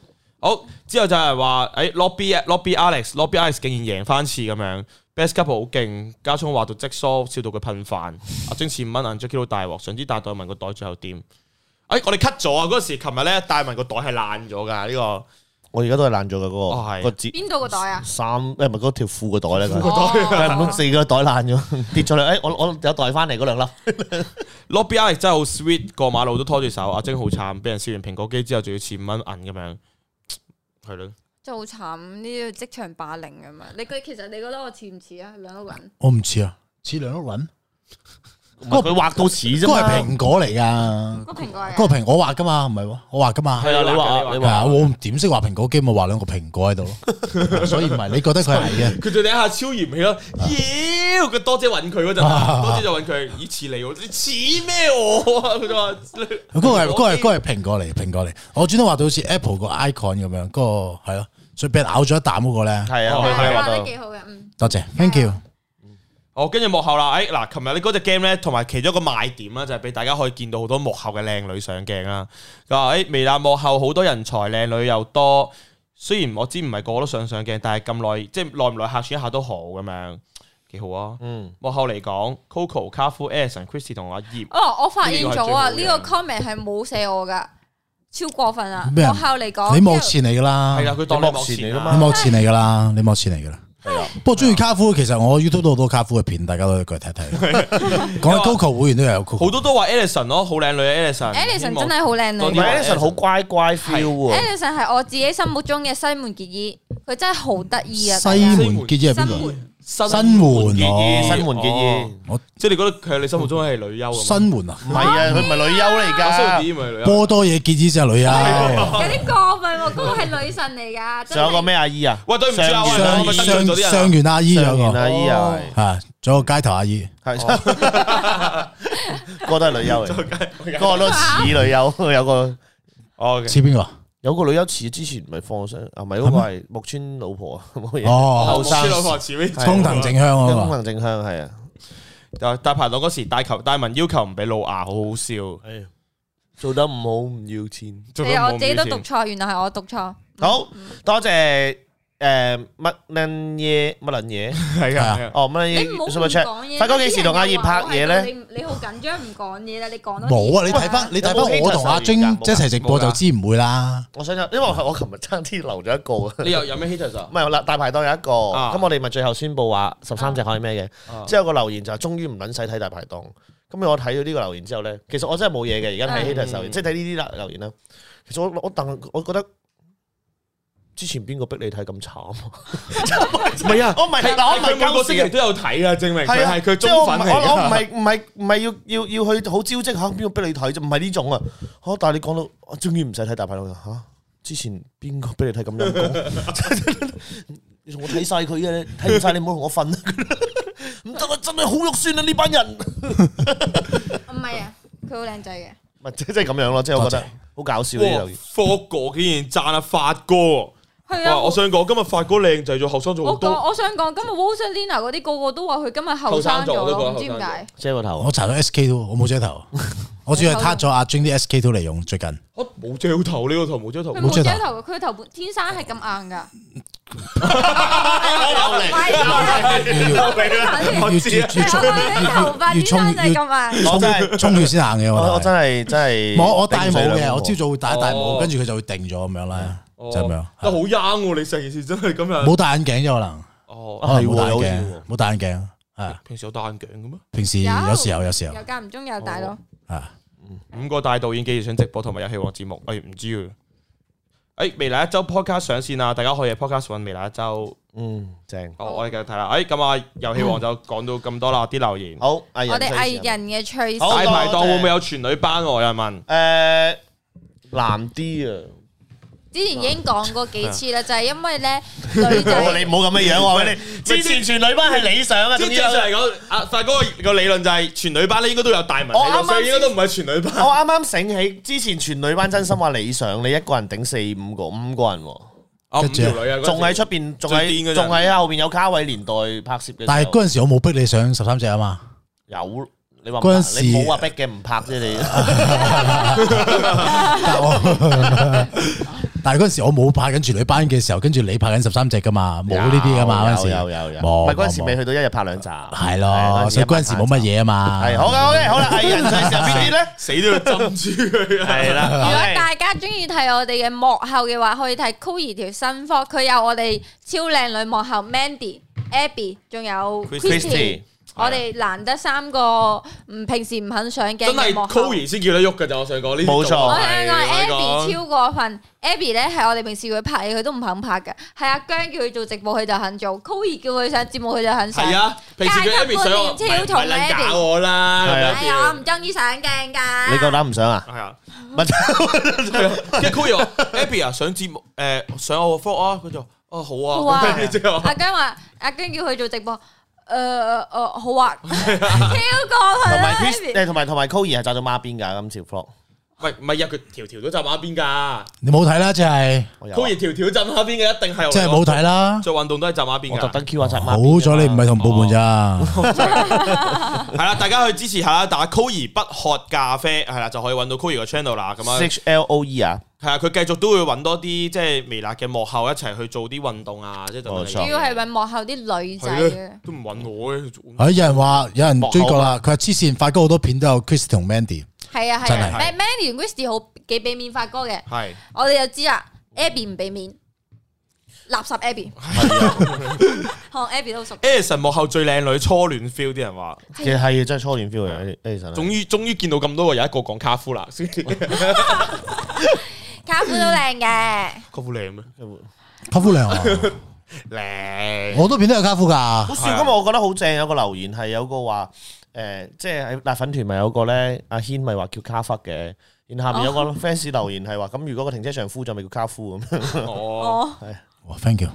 好，之後就係話，誒 Lobby Lobby Alex，Lobby Alex 竟然贏翻次咁樣，Best Couple 好勁，加聰話到即疏，笑到佢噴飯，阿晶千五蚊，阿 Jacky 佬大鑊，想知大袋文個袋最後點？誒、我哋 cut 咗啊！嗰時琴日咧，大文個袋係爛咗㗎，呢、個。我而家都係爛咗嘅哦嗰係個個折邊度個袋啊？衫，誒唔係嗰條褲個袋咧，佢個袋啊佢係唔通四個袋爛咗跌咗嚟，誒我我有袋翻嚟嗰兩粒， Lobby Alex 真係好 sweet，過馬路都拖住手，阿晶好慘，俾人笑完蘋果機之後，仲要千五蚊銀咁樣，係咯。真係好慘，呢啲職場霸凌咁啊！你佢其實你覺得我似唔似啊？兩個人我唔似啊，似梁玉雲。唔係佢畫到似啫嗰個係嘛。蘋果嚟噶，個蘋果啊嚟㗎，嗰個蘋果畫噶嘛，唔係喎，我畫噶嘛。係啊，你話你係啊，話我點識畫蘋果機咪畫兩個蘋果喺度 咯，所以唔係你覺得佢係嘅，佢對你一下超嫌棄咯，啊妖！佢多姐揾佢嗰陣，啊多姐就揾佢，咦似你喎，你似咩我啊？佢就話嗰個係嗰個係嗰個係蘋果嚟，蘋果嚟，我專登畫到好似 Apple 個 icon 咁樣，嗰個係咯，所以俾人咬咗一啖嗰個咧，係啊，哦我係睇係你啊畫畫得到。幾好嘅，嗯。多謝，thank you。哦，跟住幕後啦，誒嗱，琴日你嗰只 game 咧，同埋其中一個賣點啊啦，就係俾大家可以見到好多幕後嘅靚女上鏡啦。佢話誒微辣幕後好多人才，靚女又多。雖然我知唔係個個都想上鏡，但係咁耐，即係耐唔耐客串一下都好咁樣，幾好啊！嗯，幕後嚟講，Coco、卡夫、Edison、Christy 同阿葉，哦，我發現咗啊！呢個係呢最好嘅個 comment 係冇寫我㗎，超過分啊！學咩啊校嚟講，你幕前嚟噶啦，係啦，你佢當你啊幕幕前前嚟㗎啊嘛幕前嚟噶啦，你幕前嚟噶啦。不過中意卡夫，其實我 YouTube 都好多卡夫嘅片，大家都去睇睇。講起 Coco 會員都有 Coco，好多都話 Alison 咯，好靚女啊 Alison。 Alison 真係好靚多唔女啲係 Edison 好乖乖 feel 喎， ，Alison 係我自己心目中嘅西門結衣，佢真係好得意啊！大西家門結衣係邊西個門？新新垣垣結衣哦新垣結衣哦即係你覺得佢係你心目中係女優咁？新門啊，唔係啊，佢唔係女優嚟新垣㗎結。衣咪係女優。波多野結衣先係女啊。有啲過分喎，嗰個係女神嚟㗎，真仲有個係咩阿姨啊？喂對唔住啊上喂上我咪上得罪咗啲上人啊上元阿姨有上個年阿姨啊，啊，仲有個街頭阿姨，係嗰個都係女優嚟，嗰個都似女優，有個哦，OK，似邊個？有個女優似之前咪放上啊，唔係嗰個係木村老婆啊，冇嘢。哦後生老婆前面沖藤正香嗰東個，行正香係啊，啊但大排檔嗰時，大球大文要求唔俾露啊牙，好好笑。做得唔好唔要錢。做你到我冇自己都面讀前錯，原來係我讀錯。好多謝誒乜撚嘢乜撚嘢係啊係啊，哦乜你撚唔好嘢唔 super chat 講嘢。發哥幾時同阿葉拍嘢咧？你你好緊張唔講嘢啦，你講多啲冇啊！你睇翻你睇翻我同阿晶一齊直播就知唔會啦。我想有，因為我我琴日差啲留咗一個 啊。你又有咩 haters 啊唔？係啦，大排檔有一個，啊咁我哋咪最後宣佈話十三隻可以咩啊嘅，之後個留言就係終於唔撚使睇大排檔。咁我睇到呢個留言之後咧，其實我真係冇嘢嘅，而家睇 hater 留言，即係睇呢啲留言啦。其實我我但我覺得之前邊個逼你 睇咁慘啊？唔係啊，我唔係嗱，我唔佢係每個星鳩期時都有睇啊，證明佢係佢即忠係我粉唔嚟係我我唔㗎。係唔係唔係要要要去好招積嚇，邊個逼你睇啫？唔係呢種啊！嚇，但係你講到我終於唔使睇大排檔啦嚇，之前邊個逼你睇咁陰功？ 我睇晒佢嘅，睇唔晒你唔好同我瞓啊！ 唔得啊，真係好肉酸啊！呢班人，唔係啊，佢好靚仔嘅。咪即係咁樣咯，即係我覺得好搞笑呢啲留言。科哥竟然讚啊發哥喎，係啊，哇！我我想講今日發哥靚仔咗，後生咗好我講多。我想講，今日 Rosalina 嗰啲個個都話佢今日後生咗後生咗我都覺得咯，唔知點解。遮個頭，我查到 S K 都，我冇遮頭，我主要係挞咗阿晶啲 S K 都嚟用最近。我啊冇遮頭呢個頭冇遮頭佢，冇冇遮頭遮頭，佢頭本天生係咁硬㗎。係又嚟要要要要頭髮天生就係咁硬。我真係沖血先硬嘅，我我我覺真得係真係我我戴帽嘅，我朝知早會戴戴哦帽，跟住佢就會定咗咁樣啦，就咁樣哦。但好 young 喎！你成件事真係咁樣。冇戴眼鏡啫，可能哦，可能冇戴係喎眼有鏡，冇戴眼鏡啊！平時有戴眼鏡嘅咩？平時有有時候有時候又間唔中又大咯，啊，五個大導演幾時上直播同埋遊戲王節目？誒唔知啊。誒未來一周 podcast 上線啊！大家可以喺 podcast 揾未來一周。嗯正好，我哋繼續睇啦。誒咁啊，遊戲王就講到咁多啦，啲留言。好藝人我哋需要藝人嘅趣好事。大排檔會唔會有全女班喎？有人問。誒難啲啊！之前已經講過幾次啦，就係因為咧女 冇你仔唔好咁嘅樣喎，喂你之之前前全女班係理想啊，即總係之正常嚟講，阿發哥個理論就係全女班咧應該都有大文我喺啱度，啱所以應該都唔係全女班。我啱啱醒起，之前全女班真心話理想，你一個人頂四五個五個人喎，啊五跟住條女啊，仲喺係出邊，仲最癲嗰喺陣仲喺後邊有卡位年代拍攝嘅時候。但係嗰陣時我冇逼你上十三隻啊嘛。有你話唔嗰陣拍時你冇話逼嘅唔拍啫，你但我 但係嗰陣時我冇拍緊住女班嘅時候，跟住你拍緊十三隻噶嘛，冇呢啲噶嘛嗰陣時，有有有有，冇唔係嗰陣時冇未去到一日拍兩集，係係咯，所以嗰陣時冇乜。嘢啊嘛。係好嘅，好嘅，好啦，藝人最時候邊啲咧？死都要針住佢啊！係啦，如果 OK 大家中意睇我哋嘅幕後嘅話，可以睇 Koey 條新科，佢有我哋超靚女幕後 Mandy、Abby，仲有啊 Christy， Christy 我哋難得三個唔平時唔肯上鏡真嘅係幕 c o 後 e。先叫得喐嘅咋，我想講呢啲冇錯做我法係想講我 Abby 想講超過分，Abby 咧係我哋平時叫佢拍嘢，佢都唔肯拍嘅。係阿姜叫佢做直播，佢就肯做；Koey 叫佢上節目，佢就肯上。係啊，平時佢階 Abby 級上我觀念超咪同咪撚 Abby 搞我啦，係啊哎呀，我唔中意上鏡㗎。你夠膽唔想啊？係啊，咪係啊，跟住 Koey 話 Abby 啊上節目誒上我個 f o 啊，佢就哦好好啊啊，跟 住之後阿姜話：阿姜叫佢做直播，誒誒誒，好啊，超過同佢埋啦 Chris Abby 誒同埋同埋 Koey 係扎咗孖邊㗎，今次 vlog 喂唔係啊，佢條條都浸下邊㗎你冇睇啦，即係我有啊。 ，Koey 條條浸下邊嘅一定係即係冇睇啦。做運動都係浸下邊我特㗎。登 Q 下扎孖邊㗎嘛好咗你唔係同 Ờ. 部門咋，系啦，大家去支持下啦，打 Koey 不喝咖啡係啦，就可以揾到 Koey 個 channel 啦。咁啊， H L O E 啊，係啊，佢繼續都會揾多啲即係微辣嘅幕後一齊去做啲運動啊，即係等等冇主錯要係揾幕後啲女仔係嘅啊，。都唔揾我嘅。哎有人話有人追過啦，佢話黐線，發哥好多片都有 Chris 同 Mandy，係啊係真啊係，Man Mandy 同 Christy 好幾俾面發哥嘅，係我哋就知啦。Abby 唔俾面，垃圾 Abby，同 Abby 都好熟。 Edison 幕後最靚女初戀 feel 啲人話，其實係真係初戀 feel 嚟嘅，Edison 終於終於見到咁多個有一個講卡夫啦，先 卡卡夫都靚嘅， 夫靚咩？卡夫良啊，靚。我都片都有卡夫噶好，笑噶嘛！我覺得好正，有個留言係有個話誒、即係喺辣粉團咪有個咧，阿軒咪話叫卡忽嘅，然後下面有個 fans 留言係話：咁如果個停車場呼咗，咪叫卡 夫咁樣哦，哦，哇，thank you，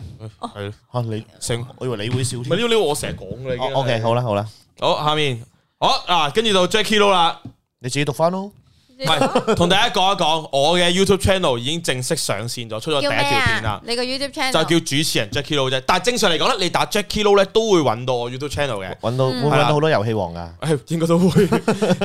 係咯，嚇你，成我以為你會笑咪添。呢呢個我成日講嘅已經。 O K，好啦哦好啦，好，下面好嗱，跟住到 Jackie Lou 啦，你自己讀翻咯。唔係同大家講一講，我嘅 YouTube channel 已經正式上線咗，出咗第一條叫咩片啊啦？，你個 YouTube 就 channel 叫主持人 Jackie Lou 啫。但係正常嚟講咧，你打 Jackie Lou 咧都會揾到我 YouTube channel 嘅。揾到會唔會係揾啦到好多遊戲王噶，誒應該都 會，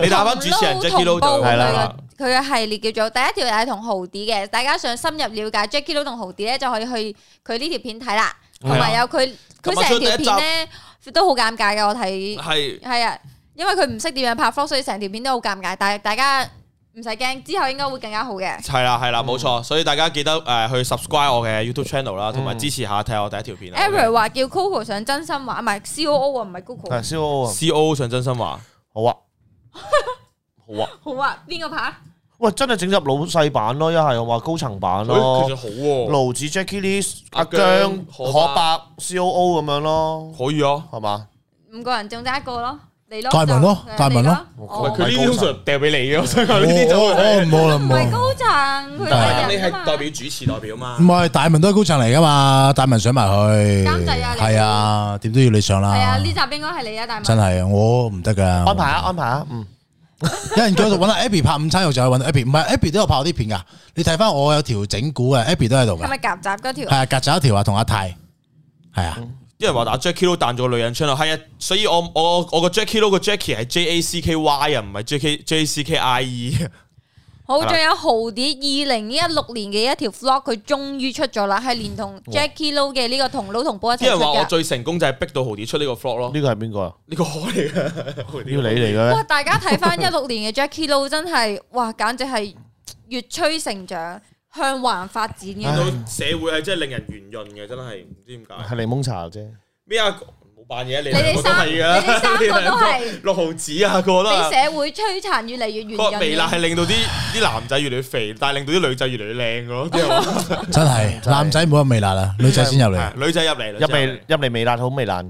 你打翻主持人 Jackie Lou 就同係係啦啦。佢嘅系列叫做第一條係同豪啲嘅，大家想深入了解 Jackie Lou 同豪啲咧，就可以去佢呢條片睇啦。同埋有佢佢成條片咧都好尷尬嘅，我睇係係啊，因為佢唔識點樣拍 vlog，所以成條片都好尷尬。但係大家唔使驚，之後應該會更加好嘅。係啦係啦，冇錯。所以大家記得誒去 subscribe 我嘅 YouTube channel 啦，同埋支持下睇下我第一條片啦。 Error 話叫 Coco 上真心話，唔係 COO 啊，唔係 Coco 啊。燒鵝啊 C O 上真心話，好啊，好啊，好啊，邊個拍？喂，真係整入老細版咯，一係我話高層版誒咯其實，好喎，盧子 Jackie Lee、阿哦阿姜、姜可可伯、C O O 咁樣咯，可以啊。係嘛？五個人中得一個咯，你咯，大文咯就大文咯你喂我佢呢啲通常掉俾你嘅，我想講呢啲我就我唔好啦，唔唔好係啦。高層，佢但係人啊嘛主持代表嘛唔係大文都係高層嚟噶嘛，大文上埋去，監製啊你係啊，點都要你上係啊，啦呢，集應該係你啊，大文。真係啊，我唔得噶，安排啊，安排啊，嗯，有人叫我揾阿 Abby 拍午餐肉就去揾 Abby，唔係 Abby 都有拍我啲片噶。你睇翻我有條整蠱啊，Abby 都喺度係嘅，咪夾雜嗰條係？啊，隔咗一條啊，同阿泰，係啊，有人話打 Jackie Lou 彈咗個女人 channel，係啊，所以我我我個 Jackie Lou 個 Jackie 係 J A C K Y 啊，唔係 J K J C K I E。好，仲有豪啲二零一六年嘅一條 vlog，佢終於出咗啦，係連同 Jackie Lou 嘅呢個同老同波一齊啲人出話我嘅。最成功就係逼到豪啲出呢個 vlog 咯，呢個係邊個啊？呢個可啊嚟 嘅，要你嚟嘅咩哇！？大家睇翻一六年嘅 Jackie Lou 真係，哇，簡直係越趨成長，向橫發展見嘅。到社會係真係令人圓潤嘅，真係唔知點解係檸檬茶啫。咩啊？冇扮嘢，你你哋兩個都三，你係㗎哋三 個都係六毫子啊，個個都係俾社會摧殘，越嚟越圓個潤微辣係嘅。令到啲啲男仔越嚟越肥，但係令到啲女仔越嚟越靚嘅 咯。啲人話真係男仔冇咁味辣啦，女仔先入嚟。係女仔入嚟，女入仔入味嚟。入嚟微辣好微辣。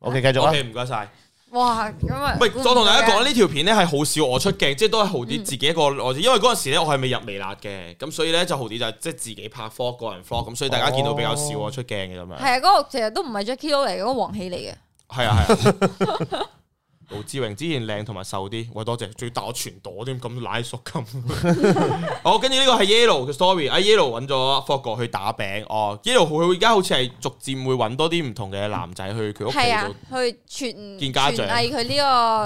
OK，繼續啊 OK，唔該晒。哇！咁啊，唔係，我同大家講呢，呢條片咧係好少我出鏡，即係都係豪啲自己一個嗯我，因為嗰陣時咧我係未入微辣嘅，咁所以咧就豪啲就即係自己拍 vlog 個人 vlog，咁所以大家見到比較少我出鏡嘅咁樣。係啊，嗰個其實都唔係 Jackie Lou 嚟嘅，嗰個黃喜嚟嘅。係啊係啊。 盧志榮之前靚同埋瘦啲，喂多謝，最大我全朵添，咁奶叔咁。好，跟住呢個係 Yellow 嘅 story，阿 Yellow 揾咗 Fog 去打餅，哦，Yellow 佢而家好似係逐漸會揾多啲唔同嘅男仔去佢屋企係啊度，，去傳見家長傳藝佢呢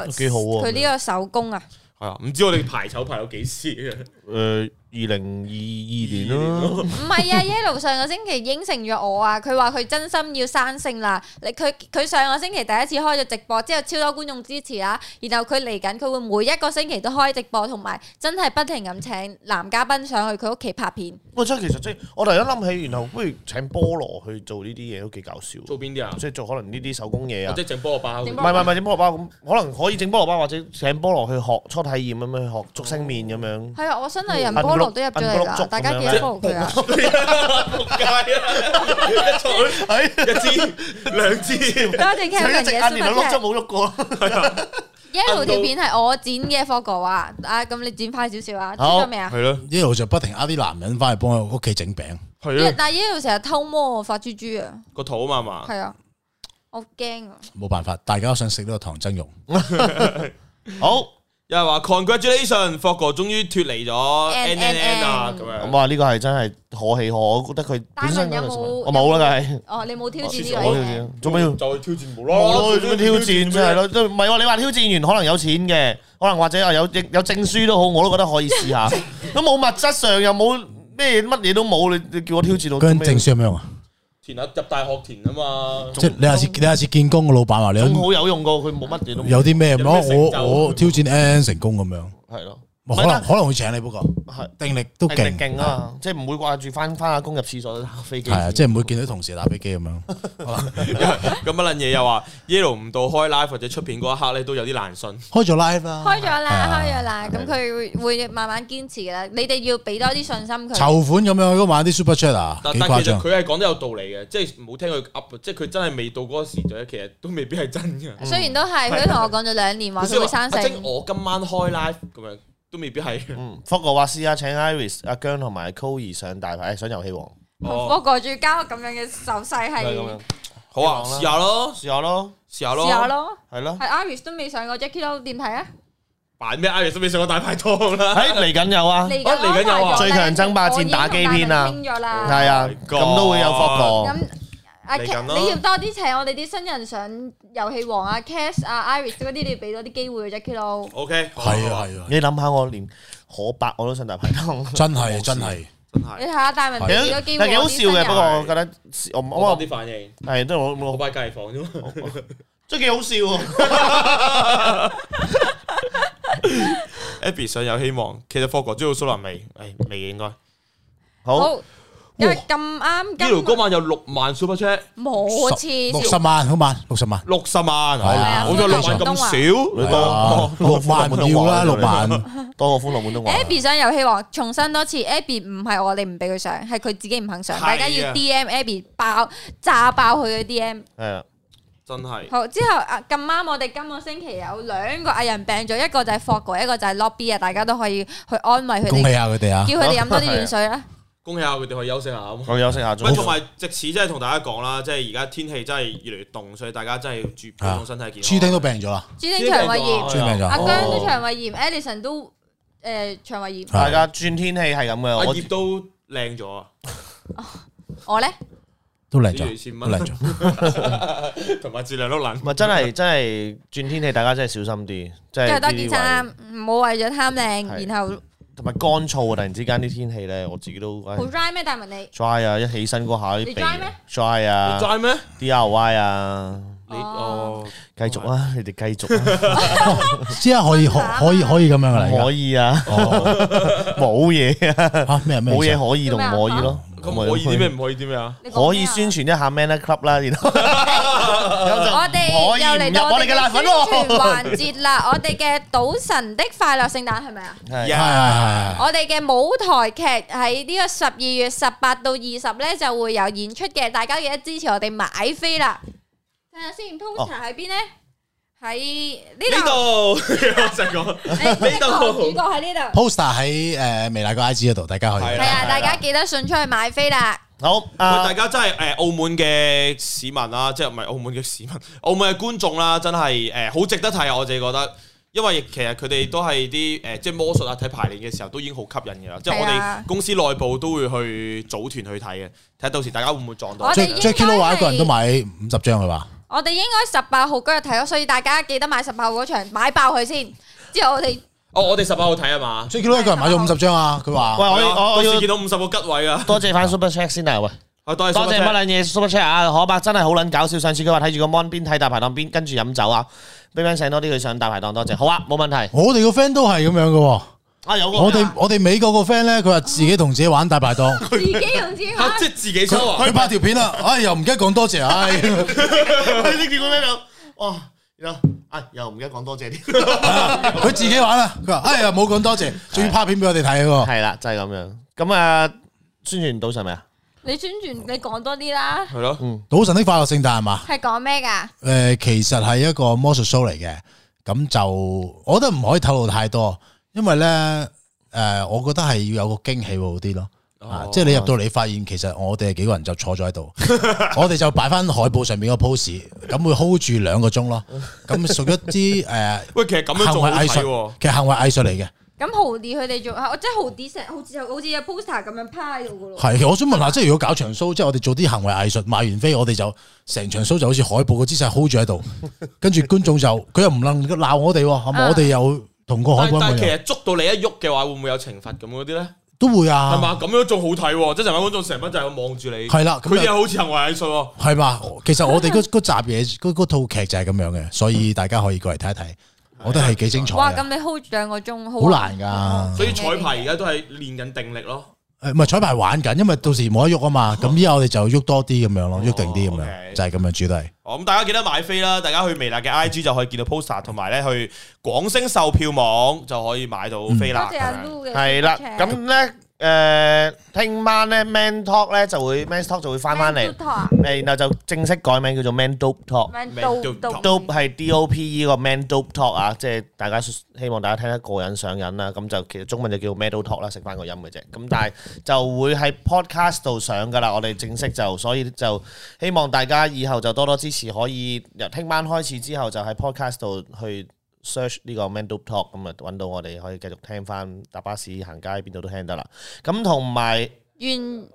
個幾好喎佢呢個手工啊，係啊，唔知我哋排丑排到幾時誒，二零二二年咯，唔係啊，Yellow 上個星期應承咗我啊，佢話佢真心要生性啦，你佢佢上個星期第一次開咗直播之後，超多觀眾支持啦，然後佢嚟緊佢會每一個星期都開直播，同埋真係不停咁請男嘉賓上去佢屋企拍片， 喂，真係其實即係我突然間諗起，然後不如請菠蘿去做呢啲嘢都幾搞笑，做邊啲啊？即係做可能呢啲手工嘢啊或，者整菠蘿包？整唔係唔係唔係整菠蘿包咁，可能可以整菠蘿包或者請菠蘿去學初體驗咁樣去學竹升麵 咁樣。係啊，我新藝人菠蘿都入咗嚟嗯碌碌 啦竹，大家記咁得樣 follow 佢 啊，仆街啊！一樽、一支、兩支，多謝 Kevin 隻嘅眼連 super 個碌 chat 都冇喐過。 Yellow 條片係我剪嘅 f o g 啊，啊咁你剪快少少啊，出好咗未啊？係咯，一路就不停呃啲男人翻去幫佢屋企整餅，係因為咯，啊但係 Yellow 成日偷摸我發豬豬啊，個肚嘛嘛。係啊，我驚啊，冇辦法，大家都想食呢個唐僧肉。好，有人話 congratulation，霍哥終於脱離咗 N N N N N 啊咁咁樣。哇！呢個係真係可喜可賀，我覺得佢本身戴文有冇我冇啦，梗係哦你冇挑戰呢個我挑嘢。戰，做咩要？就去挑戰無冇咯，做咩挑戰出係？咯？都唔係喎，你話挑戰完可能有錢嘅，可能或者啊有有證書都好，我都覺得可以試下。咁冇物質上又冇咩乜嘢都冇，你你叫我挑戰到做嗰陣咩證書有咩用啊？填下入大學填啊嘛。即係你下次你下次見工個老闆話你仲有好有用過佢冇乜嘢都冇有啲咩？有咩成就我我挑戰 N N 成功咁樣，係咯。可能可能會請你不過，係定力都勁勁，勁啊！即係唔會掛住翻翻下工入廁所打飛機。係啊，即係唔會見到同事打飛機咁樣。 咁乜撚嘢又話 Yellow 唔到開 live 或者出片嗰一刻咧，都有啲難信。開咗 live 啦，開咗啦，係開咗啦，咁佢會會慢慢堅持嘅啦。你哋要俾多啲信心佢。籌款咁樣，嗰晚啲 super chat 啊，但幾但誇其實張。佢係講得有道理嘅，即係唔好聽佢 up，即係佢真係未到嗰個時代，其實都未必係真嘅。雖然都係，佢都同我講咗兩年話佢先嗯佢話會生阿晶，性，我今晚開 live 咁樣，都未必係。嗯，福哥話試下請 Iris、阿姜同埋 Coir 上大牌，哎上遊戲王同哦，我過住交咁樣嘅手勢係咁樣係 好啊，希望試下啦咯，試下咯，試下試下咯，咯。係咯。係 Iris 都未上過 Jackie Lou 點睇啊？扮咩哎 Iris 都未上過大排檔啦。喺嚟緊有啊，嚟啊嚟緊有啊最強爭霸戰打機篇啊傾咗啦。Oh 係啊，咁都會有福哥。咁阿嚟緊 Ca- 咯你要多啲請我哋啲新人上遊戲王啊，Cas 啊，Iris 嗰啲，你要俾多啲機會嘅 Jackie Lou。 OK，好係啊好係啊，你諗下，我連可白我都上大排 檔，真係真真係。係你睇下大文其俾實咗機會但係幾好我啲新笑人嘅。不過我覺得我我我我啲反應，係都我我我擺隔離房啫嘛。真係幾好笑喎。 Abby 上有希望，其實霍哥追到蘇南未？誒未應該。呢 好，好，因為咁啱條嗰今晚有六萬 super chat，冇次六十萬嗰晚，六十萬。六十萬，係啊好彩六萬咁少，你係啊多六萬唔要啦，六萬。多個歡樂滿東華。 Abby 上遊戲王，重申多次，Abby 唔係我哋唔俾佢上，係佢自己唔肯上。係啊大家要 DM Abby 爆炸爆佢嘅 DM。係啊，真係。好，之後啊咁啱，我哋今個星期有兩個藝人病咗，一個就係 Fog，一個就係 Lobby 啊，大家都可以去安慰佢恭哋喜，下佢哋啊！叫佢哋飲多啲暖水啊啦。恭喜下佢哋可以休息下啊嘛。我休息下喂，先。同埋藉此真係同大家講啦，即係而家天氣真係越嚟越凍，所以大家真係要注保重身體朱健康。丁都病咗啦，朱丁腸胃炎，啊朱丁病咗。阿姜都哦腸胃炎，Edison 都誒腸胃炎。大家轉天氣係咁阿嘅，我葉都靚咗啊，我咧都靚四月咗，千都蚊靚咗。同埋志亮都冷。咪真係真係轉天氣，大家真係小心啲，即着多係呢啲件位衫，唔好為咗貪靚，係然後同埋乾燥啊！突然之間啲天氣咧，我自己都唉好 dry 咩？大文你 dry 啊，一起身嗰下啲你鼻 dry 咩 dry 你啊齋咩？ ，DIY 啊，你哦，繼續啊，你哋 繼續啊，即係 可以可可啊以可以咁樣噶啦，唔可而以 啊，家哦冇嘢啊，嚇咩啊咩冇意思啊？嘢可以同唔可以咯，咁可以啲咩？唔可以啲咩啊？你講可咩以啊宣傳一下 Man Club 啦，然後我哋可以又唔嚟入到我哋嘅奶粉宣傳喎，環節 啦！我哋嘅《賭神的快樂聖誕》係咪啊？係啊係係係係。我哋嘅舞台劇喺呢個十二月十八到二十咧就會有演出嘅，大家記得支持我哋買飛啦！睇下先，poster 喺邊呢？喺呢呢度 度，我就係講呢呢度主角喺呢度， poster 喺誒微辣個 IG 嗰度，大家可以係係啊！係啦大家記得迅出去買飛啦！好喂啊大。家真係誒澳門嘅市民啦，即係唔係澳門嘅市民，澳門嘅觀眾啦，真係誒好值得睇啊！我自己覺得，因為其實佢哋都係啲誒即係魔術啊，睇排練嘅時候都已經好吸引嘅啦。即係我係啊哋公司內部都會去組團去睇嘅，睇下到時大家會唔會撞到我。哋應該 Jack Kilo 話一個人都買五十張佢話，我哋應該十八號嗰日睇咯，所以大家記得買十八號嗰場買爆佢先。之後我哋哦，我哋十八號睇啊嘛， Jack Kilo 一個人買咗五十張啊，佢喂，話我係啊要我到我時要見到五十個吉位啊！多謝翻 Super Check 先啊，喂，啊多謝多謝 Super 乜 Chat 撚嘢 Super Check 啊！可伯真係好撚搞笑，上次佢話睇住個 mon 邊睇大排檔邊跟住飲酒啊，俾翻醒多啲佢上大排檔，多謝，好啊，冇 問題。我哋個 friend 都係咁樣嘅喎。啊有個我哋我哋美國個 friend 咧，佢話自己同自己玩大排檔，自己用自己 玩嚇，即係自己佢抽啊！佢拍條片啊，唉又唔記得講多謝，哎唉佢拎住個咩度，哇！然後啊又唔記得講多謝啲，啊佢自己玩啦，佢話唉又冇講多謝，仲要拍片俾我哋睇啊喎。係啦，就係咁樣。咁啊，宣傳到上未啊？你宣傳，你講多啲啦。係咯，賭神的快樂聖誕係嘛？係講咩㗎？誒、其實係一個魔術 show 嚟嘅，咁就我覺得唔可以透露太多，因為咧誒、我覺得係要有個驚喜會好啲咯。哦啊！即係你入到嚟，發現其實我哋幾個人就坐咗喺度，我哋就擺翻海報上面個 pose，咁會 hold 住兩個鐘咯。咁屬於一啲誒喂，其實咁樣行仲為好藝睇術喎。嘅行為藝術嚟嘅。咁豪啲佢哋做，我真係豪啲成，好似好似有 poster 咁樣趴喺度噶咯。係，其實我想問下，即係如果搞場 show，即係我哋做啲行為藝術，賣完飛我哋就成場 show 就好似海報個姿勢 hold 住 喺度，跟住觀眾就佢又唔能夠鬧我哋喎，係咪？啊我哋又同個海但報但一係其樣，實捉到你一喐嘅話，會唔會有懲罰咁嗰啲咧？都會係啊，嘛？咁樣仲好睇喎，即係成班觀眾成班就係望住你。係啦咁佢哋就又好似行為藝術啊喎。係 嗯啊嘛？其實我哋嗰嗰集嘢嗰嗰套劇就係咁樣嘅，所以大家可以過嚟睇一睇。我覺得係幾精彩哇！嘅，咁你 hold 兩個鐘，好好啊難㗎。所以彩排而家都係練緊定力咯。誒唔係彩排玩緊，因為到時冇得喐啊嘛。咁依家我哋就喐多啲咁樣咯，喐定啲咁哦，OK 樣，就係咁樣主題。哦，咁大家記得買飛啦！大家去微辣嘅 I G 就可以見到 poster，同埋咧去廣星售票網就可以買到飛多啦。謝阿 Lu 嘅係啦， super chat 咁咧诶，聽晚咧 Man Talk 咧就會 Man Talk 就會翻翻嚟 Man，to talk，誒然後就正式改名叫做 Man Dope Talk。 Man Man to to- to- Dope 係 DOPE E 個 Man Dope Talk 啊，即係大家希望大家聽得過癮上癮啦。咁就啊其實中文就叫 Metal Talk 啦，食翻個音嘅啫。咁但係就會喺 Podcast 度上噶啦。我哋正式就所以就希望大家以後就多多支持，可以由聽晚開始之後就喺 Podcast 度去 search 呢個 Man Dope Talk 咁啊，揾到我哋可以繼續聽翻搭巴士、行街邊度都聽得啦。咁同埋。完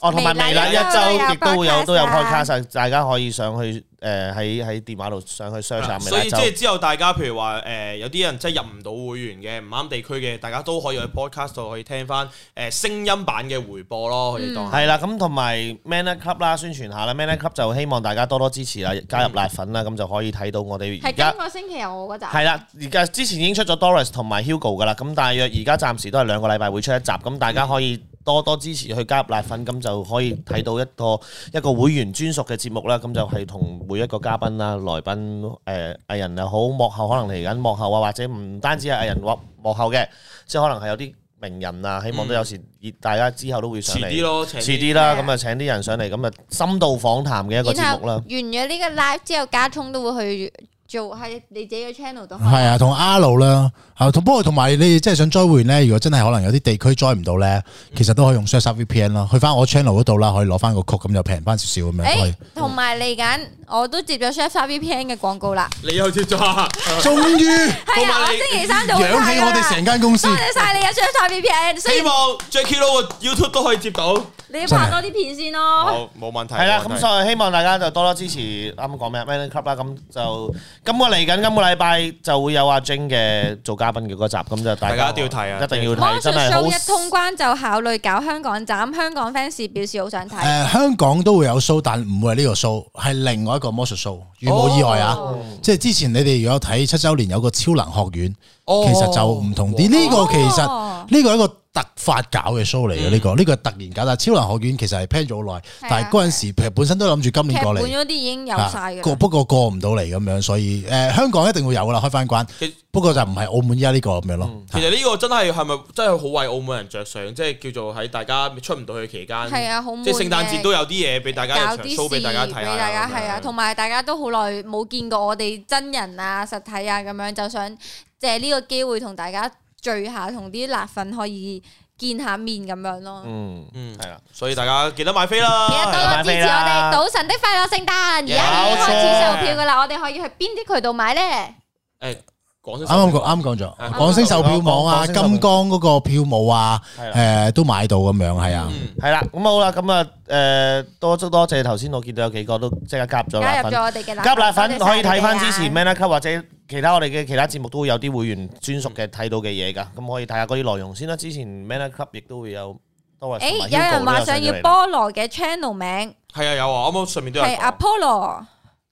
哦，同埋微微辣辣一一周周亦都會有有都有 podcast podcast，大家可以上去誒喺喺電話度上去 search 下啊所微以即辣一係周。之後，大家譬如話誒、呃有啲人真係入唔到會員嘅，唔啱地區嘅，大家都可以去 podcast 度可以聽翻誒、聲音版嘅回播嗯咯，可以當係。係啦，咁同埋 Man Up Club 啦，宣傳下啦。Man Up Club 就希望大家多多支持啦，加入辣粉啦，咁就可以睇到我哋而係家今個星期有我嗰集，係啦。而家之前已經出咗 Doris 同埋 Hugo 噶啦，咁大約而家暫時都係兩個禮拜會出一集，咁大家可以多多支持去加入辣粉，咁就可以睇到一個一個會員專屬嘅節目啦。咁就係同每一個嘉賓啦、來賓、誒、藝人又好，幕後可能嚟緊幕後啊，或者唔單止係藝人或幕後嘅，即係可能係有啲名人啊，希望都有時大家之後都會上嗯遲嚟。啲咯，遲遲啲。啲啦，係啊咁啊請啲人上嚟，咁啊深度訪談嘅一個然節後目啦完。咗呢個 live 之後，家聰都會去做喺你自己嘅 channel 度開。係啊，同 R 路啦，啊，同不過同埋你哋真係想 join 會員咧，如果真係可能有啲地區 join 唔到咧，其實都可以用 s e a r c VPN 啦，去翻我 channel 嗰度啦，可以攞翻個曲咁就平翻少少咁樣可以誒。，同埋嚟緊我都接咗 Chef Star VPN 嘅廣告啦，你又接咗 啊？終於係同埋啊，我你星期三就會養起派我㗎哋啦成。間公司多。謝晒你啊 Chef Star VPN，雖希然望 Jackie Lou 個 YouTube 都可以接到。你拍多啲片先咯。好，冇問題。係啦，冇問咁題所以希望大家就多多支持啱啱講咩 Man Club 啦，咁就今個嚟緊今個禮拜就會有阿 Jing 嘅做嘉賓嘅嗰集，咁就大大家一定要睇啊一定要睇， Monster 真係 Show 一好通關就考慮搞香港站，香港 fans 表示好想睇。誒呃香港都會有 show，但唔會係呢個 show，係另外一個魔術 show。如冇意外啊，哦即係之前你哋如果有睇七週年有個超能學院，哦其實就唔同啲。呢個其實哦呢個係一個突發搞嘅 show 嚟嘅，呢嗯個呢個係突然搞。但係超能學院其實係 plan 咗好耐，係啊但係嗰陣時其實本身都諗住今劇年過本嚟。啊嗰啲已經有晒過嘅。不過過唔到嚟咁樣，所以誒香港一定會有噶啦，開翻關其。嗯不過就唔係澳門依家呢個咁樣咯。其實呢個真係係咪真係好為澳門人着想，即係叫做喺大家出唔到去嘅期間，係啊好悶嘅即係聖誕節都有啲嘢俾大家有搞場啲 show 事俾大家睇下，俾大家咁樣係啊，同埋大家都好耐冇見過我哋真人啊、實體啊咁樣，就想借呢個機會同大家聚下，同啲辣粉可以見下面咁樣咯。嗯，嗯係啦，所以大家記得買飛啦。記得多多支持我哋賭神的快樂聖誕，而家已經開始售票噶啦，我哋可以去邊啲渠道買咧？誒，講聲啱啱講啱講咗，啊港星售票網港啊，星金售票剛嗰個票務啊，係啦誒都買到咁樣，係啊。嗯係啦，咁好啦，咁啊誒多多謝頭先我見到有幾個都即刻加入咗加辣入粉咗。我哋嘅啊加入辣粉可以睇翻之前前 Man Club 或者其他我哋嘅其他節目都會有啲會員專屬嘅睇到嘅嘢㗎，咁可以睇下嗰啲內容先啦。之前 Man Club 亦都會有多誒，有人啊話想要菠蘿嘅 channel 名係啊有啊，啱啱上面都有係講。 Apollo，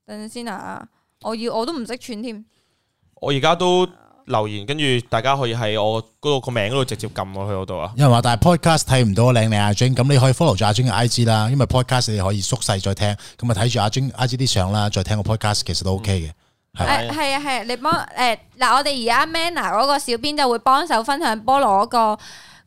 等陣先啊，我要我都唔識串添。我而家都留言，跟住大家可以喺我嗰度個名嗰度直接撳落去嗰度啊。有人話，但係 podcast 睇唔到靚靚阿 Jun，咁你可以 follow 住阿 Jun 嘅 IG 啦，因為 podcast 你可以縮細再聽，咁啊睇住阿 Jun IG 啲相啦，再聽個 podcast 其實都 OK 嘅。係誒係啊係啊，你幫誒嗱，我哋而家 Manner 嗰個小編就會幫手分享菠蘿嗰個。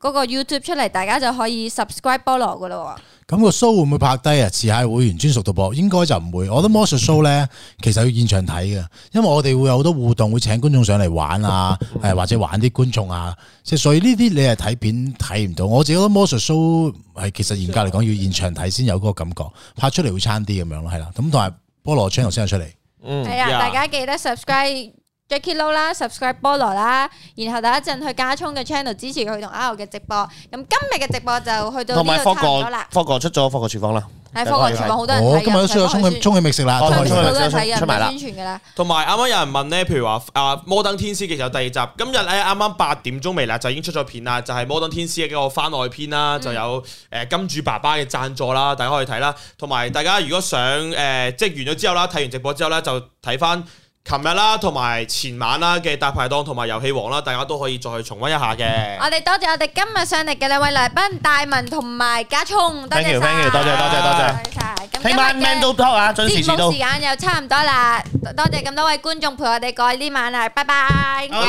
嗰個 YouTube 出嚟，大家就可以 subscribe 菠蘿噶咯咁個 show 會唔會拍低啊？遲下會員專屬度播，應該就唔會。我覺得魔術 show 咧，其實要現場睇嘅，因為我哋會有好多互動，會請觀眾上嚟玩啊，嗯誒或者玩啲觀眾啊，即係所以呢啲你係睇片睇唔到。我自己覺得魔術 show 係其實嚴格嚟講要現場睇先有嗰個感覺，拍出嚟會差啲咁樣咯，係啦。咁同埋菠蘿 channel 先有出嚟。喎，嗯係啊！ yeah 大家記得 subscribe Jackie Lou 啦，subscribe 菠蘿啦，然後等一陣去加聰嘅 channel 支持佢同 R 嘅直播。咁今日嘅直播就去到同埋呢度 Fog 差唔多哥啦。 ，Fog 哥出咗 Fog 哥廚房啦，係 Fog 哥廚房好多人睇啊啊我㗎，哦今日都出咗上沖去沖去覓食啦，哦都上可去以沖去好覓多食人睇嘅，啊出埋啦唔使宣傳㗎啦。同埋啱啱有人問咧，譬如話啊《摩登天師》其實有第二集，今日咧啱啱八點鐘微辣就已經出咗片啦，就係、摩登天師》嘅一個番外篇啦，就有誒、呃金主爸爸嘅贊助啦，大家可以睇啦。同埋大家如果想誒、呃即係完咗之後啦，睇完直播之後咧就睇翻。琴日啦，同埋前晚啦嘅大排檔同埋遊戲王啦，大家都可以再去重温一下嘅。我哋多謝我哋今日上嚟嘅兩位來賓大文同埋家聰，多 Thank 謝 you，thank 晒， you，多謝多謝多謝多謝晒。咁聽晚今日嘅 Man Do Talk 啊，準時節遲目到時。間又差唔多啦，多謝咁多位觀眾陪我哋過呢晚啦，拜拜。拜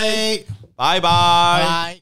拜，拜拜。拜。